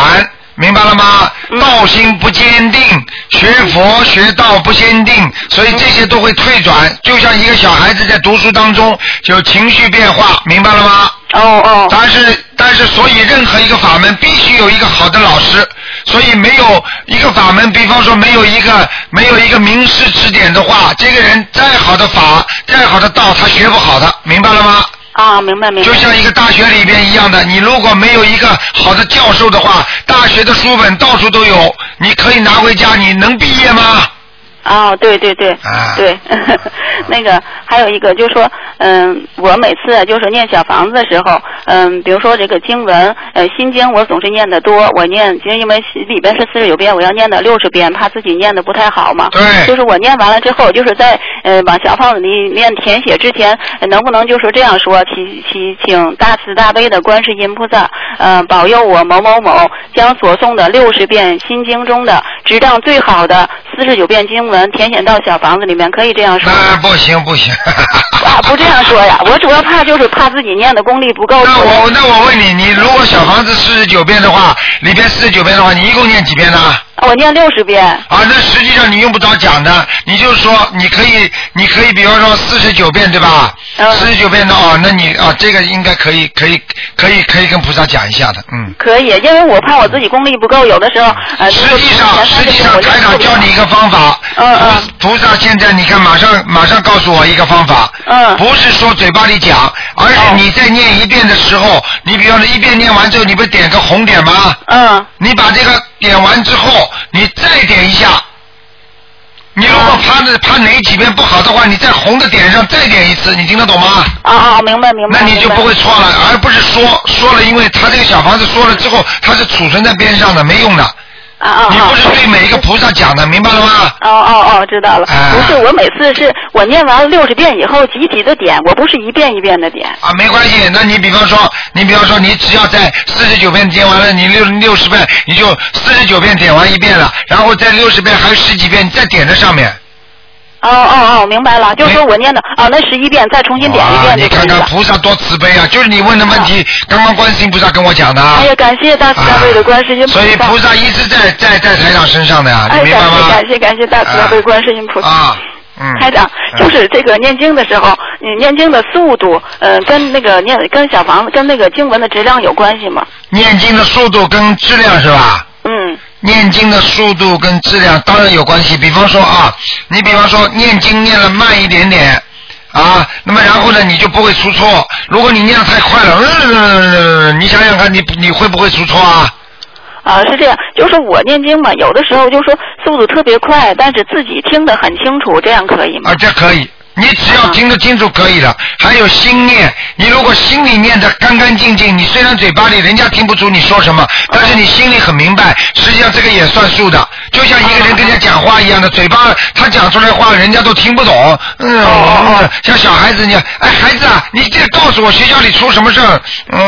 Speaker 2: 明白了吗？
Speaker 12: 嗯
Speaker 2: 道心不坚定，学佛学道不坚定，所以这些都会退转。就像一个小孩子在读书当中有情绪变化，明白了吗？
Speaker 12: 哦哦。
Speaker 2: 但是但是，所以任何一个法门必须有一个好的老师，所以没有一个法门，比方说没有一个没有一个名师指点的话，这个人再好的法，再好的道，他学不好的，明白了吗？
Speaker 12: 啊，明白明
Speaker 2: 白。就像一个大学里边一样的，你如果没有一个好的教授的话，大学的书本到处都有，你可以拿回家，你能毕业吗？
Speaker 12: 哦，对对对，
Speaker 2: 啊
Speaker 12: 对， 那个还有一个就是说，嗯，我每次啊就是念小房子的时候，嗯，比如说这个经文，呃，心经我总是念的多，我念其实因为里边是四十九遍，我要念到六十遍，怕自己念的不太好嘛。
Speaker 2: 对
Speaker 12: 就是我念完了之后，就是在呃往小房子里面填写之前，呃能不能就是这样说，请请请大慈大悲的观世音菩萨，呃，保佑我某某某将所诵的六十遍心经中的值当最好的四十九遍经文填写到小房子里面，可以这样 说吗？
Speaker 2: 啊，不行不行。
Speaker 12: 啊，不这样说呀，我主要怕就是怕自己念的功力不够。
Speaker 2: 那我那我问你，你如果小房子四十九遍的话，里边四十九遍的话，你一共念几遍呢？
Speaker 12: 我念六十遍。
Speaker 2: 啊，那实际上你用不着讲的，你就说你可以，你可以，比方说四十九遍对吧？
Speaker 12: 嗯
Speaker 2: 四十九遍的哦，那你啊，这个应该可以，可以，可以，可以跟菩萨讲一下的，嗯。
Speaker 12: 可以，因为我怕我自己功力不够，有的时候呃，实际上
Speaker 2: 实际上，台长教你一个方法。
Speaker 12: 嗯
Speaker 2: 嗯。菩萨现在你看，马上马上告诉我一个方法。
Speaker 12: 嗯。哦
Speaker 2: 不是说嘴巴里讲，而是你在念一遍的时候，你比方说一遍念完之后，你不是点个红点吗？
Speaker 12: 嗯。
Speaker 2: 你把这个点完之后，你再点一下。你如
Speaker 12: 嗯
Speaker 2: 果怕的怕哪几遍不好的话，你在红的点上再点一次，你听得懂吗？
Speaker 12: 啊啊，明白明
Speaker 2: 白。那你就不会错了，而不是说说了，因为他这个小房子说了之后，它是储存在边上的，没用的。
Speaker 12: 啊啊
Speaker 2: 你不是对每一个菩萨讲的，明白了吗？啊
Speaker 12: 哦哦哦，知道了。不是，我每次是我念完六十遍以后集体的点，我不是一遍一遍的点。
Speaker 2: 啊，没关系。那你比方说，你比方说，你只要在四十九遍点完了，你六六十遍，你就四十九遍点完一遍了，然后在六十遍还有十几遍，你再点在上面。
Speaker 12: 哦哦哦，明白了，就是说我念的哦，那十一遍再重新点一
Speaker 2: 啊，
Speaker 12: 遍
Speaker 2: 你
Speaker 12: 就可
Speaker 2: 看
Speaker 12: 以
Speaker 2: 看
Speaker 12: 了。啊
Speaker 2: 菩萨多慈悲啊！就是你问的问题，刚刚观世音菩萨跟我讲的啊。
Speaker 12: 哎呀，感谢大慈大悲的观世音菩萨。
Speaker 2: 所以菩萨一直在在在台长身上的呀，
Speaker 12: 哎，
Speaker 2: 你明白
Speaker 12: 感谢
Speaker 2: 吗？
Speaker 12: 感谢感谢大慈大悲观世音菩萨。
Speaker 2: 啊，嗯。
Speaker 12: 台长，就是这个念经的时候，你念经的速度，呃，跟那个念跟小房子跟那个经文的质量有关系吗？
Speaker 2: 念经的速度跟质量是吧？
Speaker 12: 嗯。
Speaker 2: 念经的速度跟质量当然有关系。比方说啊，你比方说念经念了慢一点点啊，那么然后呢你就不会出错。呃如果你念的太快了，嗯、你想想看你你会不会出错啊？
Speaker 12: 啊、是这样，就是我念经嘛，有的时候就说速度特别快，但是自己听得很清楚，这样可以吗？
Speaker 2: 啊，这可以。你只要听得清楚可以的，还有心念，你如果心里念得干干净净，你虽然嘴巴里人家听不出你说什么，但是你心里很明白，实际上这个也算数的。就像一个人跟人家讲话一样的，嘴巴他讲出来话人家都听不懂，嗯，嗯像小孩子你，哎，孩子啊，你这个告诉我学校里出什么事儿，嗯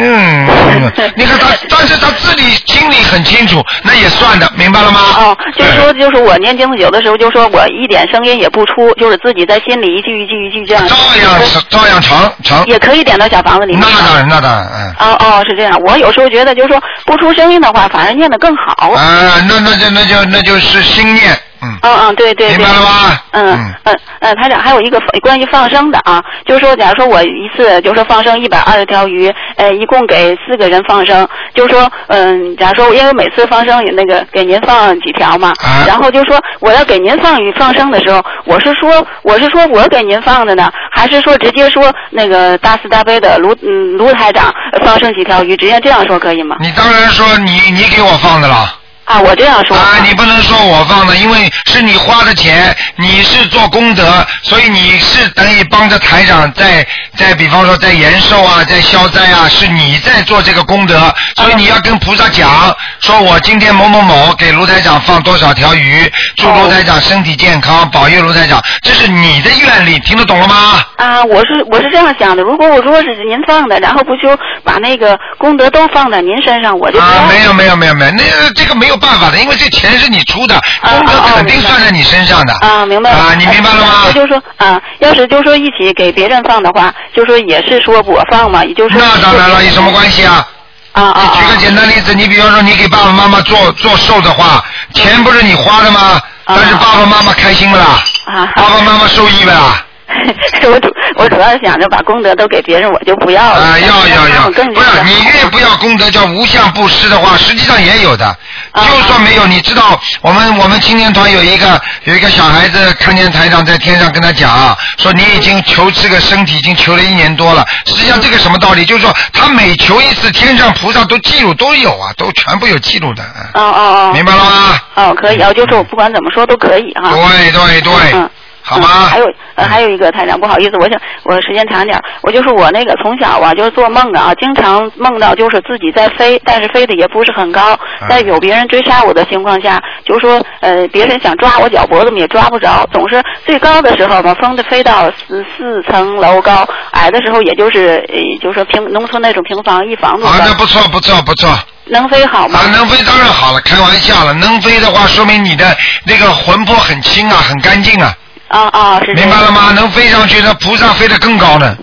Speaker 2: 嗯，嗯你看他，但是他自己心里很清楚，那也算的，明白了吗？
Speaker 12: 哦，就是说，就是我念经，有的时候就说我一点声音也不出，就是自己在心里一句一句一句这样。照
Speaker 2: 样嗯照样长长。
Speaker 12: 也可以点到小房子里面。
Speaker 2: 那当然，那当然，嗯。
Speaker 12: 哦哦，是这样。我有时候觉得，就是说不出声音的话，反而念得更好。
Speaker 2: 啊，那那就那就那就是心念，嗯。
Speaker 12: 嗯嗯，对对对。
Speaker 2: 明白了吗？
Speaker 12: 嗯嗯嗯，台长，还有一个关于放生的啊，就是说，假如说我一次就是放生一百二十条鱼，呃，一共给四个人放生，就是说，嗯，假如说因为每次放生那个给您放几条嘛，
Speaker 2: 啊
Speaker 12: 然后就说我要给您放鱼放生的时候，我是说我是说我给您放的呢，还是说直接说那个大慈大悲的卢嗯卢台长呃放生几条鱼，直接这样说可以吗？
Speaker 2: 你当然说你你给我放的了。
Speaker 12: 啊，我这样说。
Speaker 2: 啊，你不能说我放的，因为是你花的钱，你是做功德，所以你是等于帮着台长在在，比方说在延寿啊，在消灾啊，是你在做这个功德，
Speaker 12: 啊
Speaker 2: 所以你要跟菩萨讲，说我今天某某某给卢台长放多少条鱼，祝
Speaker 12: 哦
Speaker 2: 卢台长身体健康，保佑卢台长，这是你的愿力，听得懂了吗？
Speaker 12: 啊，我是我是这样想的，如果我说是您放的，然后不就把那个功德都放在您身上，我就
Speaker 2: 啊，没有没有没有没有，那这个没有办法的，因为这钱是你出的，功德肯定算在你身上的。
Speaker 12: 啊，明白了。
Speaker 2: 啊，你明白了吗？
Speaker 12: 那就是说啊，要是就说一起给别人放的话，就说也是说我放嘛，也就是
Speaker 2: 那当然了，有什么关系啊？
Speaker 12: 啊啊！
Speaker 2: 举个简单例子，你比方说你给爸爸妈妈做做寿的话，钱不是你花的吗？但是爸爸妈妈开心不啦？
Speaker 12: 啊，
Speaker 2: 爸爸妈妈受益不啊啦？
Speaker 12: 我主我主要是想着把功德都给别人，我就不要了。
Speaker 2: 啊，要要要，不是你越不要功德叫无相布施的话，实际上也有的。就算没有，你知道我们我们青年团有一个有一个小孩子看见台长在天上跟他讲啊，说你已经求这个身体已经求了一年多了，实际上这个什么道理？就是说他每求一次，天上菩萨都记录都有啊，都全部有记录的。嗯
Speaker 12: 哦哦哦，
Speaker 2: 明白了吗？
Speaker 12: 哦，可以，哦，就是我不管怎么说都可以哈。
Speaker 2: 对对对
Speaker 12: 嗯嗯
Speaker 2: 好吗
Speaker 12: 嗯还有呃，还有一个台长，不好意思，我想我时间长点儿，我就是我那个从小啊，就是做梦啊，经常梦到就是自己在飞，但是飞的也不是很高，
Speaker 2: 嗯
Speaker 12: 在有别人追杀我的情况下，就说呃，别人想抓我脚脖子也抓不着，总是最高的时候吧，风的飞到四四层楼高，矮的时候也就是呃，就是说平农村那种平房一房子
Speaker 2: 啊，那
Speaker 12: 高，
Speaker 2: 不错不错不错。
Speaker 12: 能飞好吗？
Speaker 2: 啊，能飞当然好了，开玩笑了。能飞的话，说明你的那个魂魄很轻啊，很干净啊。
Speaker 12: 啊啊，是这
Speaker 2: 明
Speaker 12: 样
Speaker 2: 白了吗？能飞上去，那菩萨飞得更 高呢。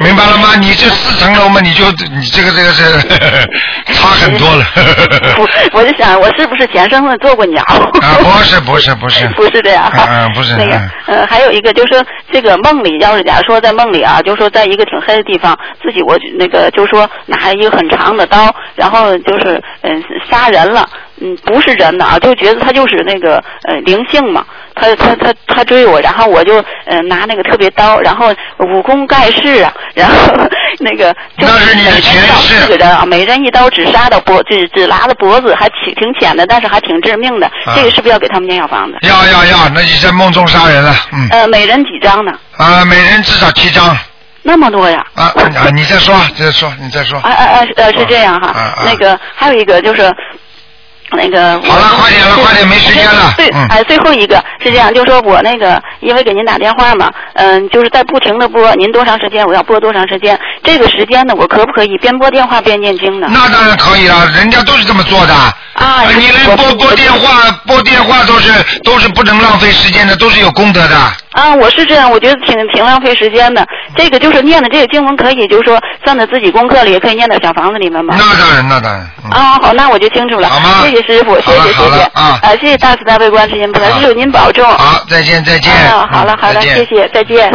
Speaker 2: 明白了吗？你这四层楼嘛，你就你这个这个是差很 多了。
Speaker 12: 我我就想，我是不是前生子做过鸟？
Speaker 2: 啊，不是不是不是。
Speaker 12: 不是这样哈。
Speaker 2: 嗯，不是。
Speaker 12: 那个
Speaker 2: 嗯，
Speaker 12: 呃，还有一个就是说，这个梦里要是假如说在梦里啊，就说在一个挺黑的地方，自己我那个就说拿一个很长的刀，然后就是嗯、杀人了，嗯不是人的啊，就觉得他就是那个呃灵性嘛，他他他他追我，然后我就嗯、呃拿那个特别刀，然后嗯武功盖世啊，然后那个就是
Speaker 2: 你的前世
Speaker 12: 四个人啊，每人一刀只杀到脖，只只拉了脖子，还挺挺浅的，但是还挺致命的，
Speaker 2: 啊
Speaker 12: 这个是不是要给他们念小房子？
Speaker 2: 要要要，那就在梦中杀人了， 嗯。
Speaker 12: 呃，每人几张呢？
Speaker 2: 啊，每人至少七张。
Speaker 12: 那么多呀？
Speaker 2: 啊啊！你再说，再说，你再说。
Speaker 12: 啊啊啊！呃，是这样哈。
Speaker 2: 啊啊
Speaker 12: 那个还有一个就是。那个
Speaker 2: 好了，快点了，快点，没时间了。嗯
Speaker 12: 对，哎、最后一个是这样，就说我那个，因为给您打电话嘛，嗯，就是在不停的播，您多长时间，我要播多长时间，这个时间呢，我可不可以边播电话边念经呢？
Speaker 2: 那当然可以了，人家都是这么做的。
Speaker 12: 啊，
Speaker 2: 你连拨拨电话、拨电话都是都是不能浪费时间的，都是有功德的。
Speaker 12: 啊，我是这样，我觉得挺挺浪费时间的。这个就是念的这个经文，可以就是说算在自己功课里，也可以念到小房子里面嘛。
Speaker 2: 那当然，那当然。
Speaker 12: 啊，好，那我就清楚了。好吗？谢谢师傅，谢谢谢谢啊，谢谢大慈大悲观世音菩萨，师傅您保重。
Speaker 2: 好，再见，再见。
Speaker 12: 啊，好了
Speaker 2: 嗯
Speaker 12: 好了，
Speaker 2: 再见
Speaker 12: 谢谢，再见。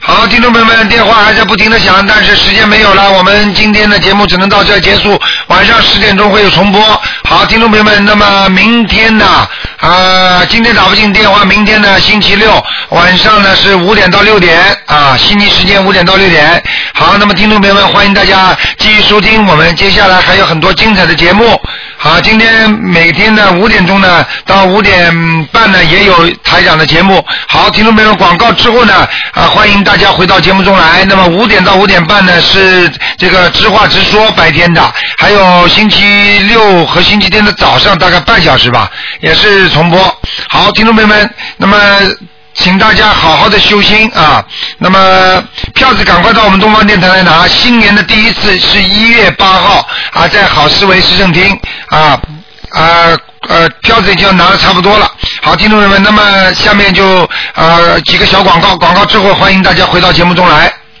Speaker 2: 好，听众朋友们，电话还在不停的响，但是时间没有了，我们今天的节目只能到这儿结束。晚上十点钟会有重播。好，听众朋友们，那么明天呢？啊，今天打不进电话，明天呢，星期六晚上呢是五点到六点啊，悉尼时间五点到六点。好，那么听众朋友们，欢迎大家继续收听我们接下来还有很多精彩的节目。好，今天每天呢五点钟呢到五点半呢也有台长的节目。好，听众朋友们，广告之后呢啊，欢迎大家回到节目中来。那么五点到五点半呢是这个直话直说白天的，还有星期六和星期天的早上大概半小时吧，也是重播。好，听众朋友们，那么。请大家好好的修心啊！那么票子赶快到我们东方电台来拿。新年的第一次是一月八号啊，在好思维市政厅啊啊呃，票子已经拿的差不多了。好，听众朋友们，那么下面就呃几个小广告，广告之后欢迎大家回到节目中来。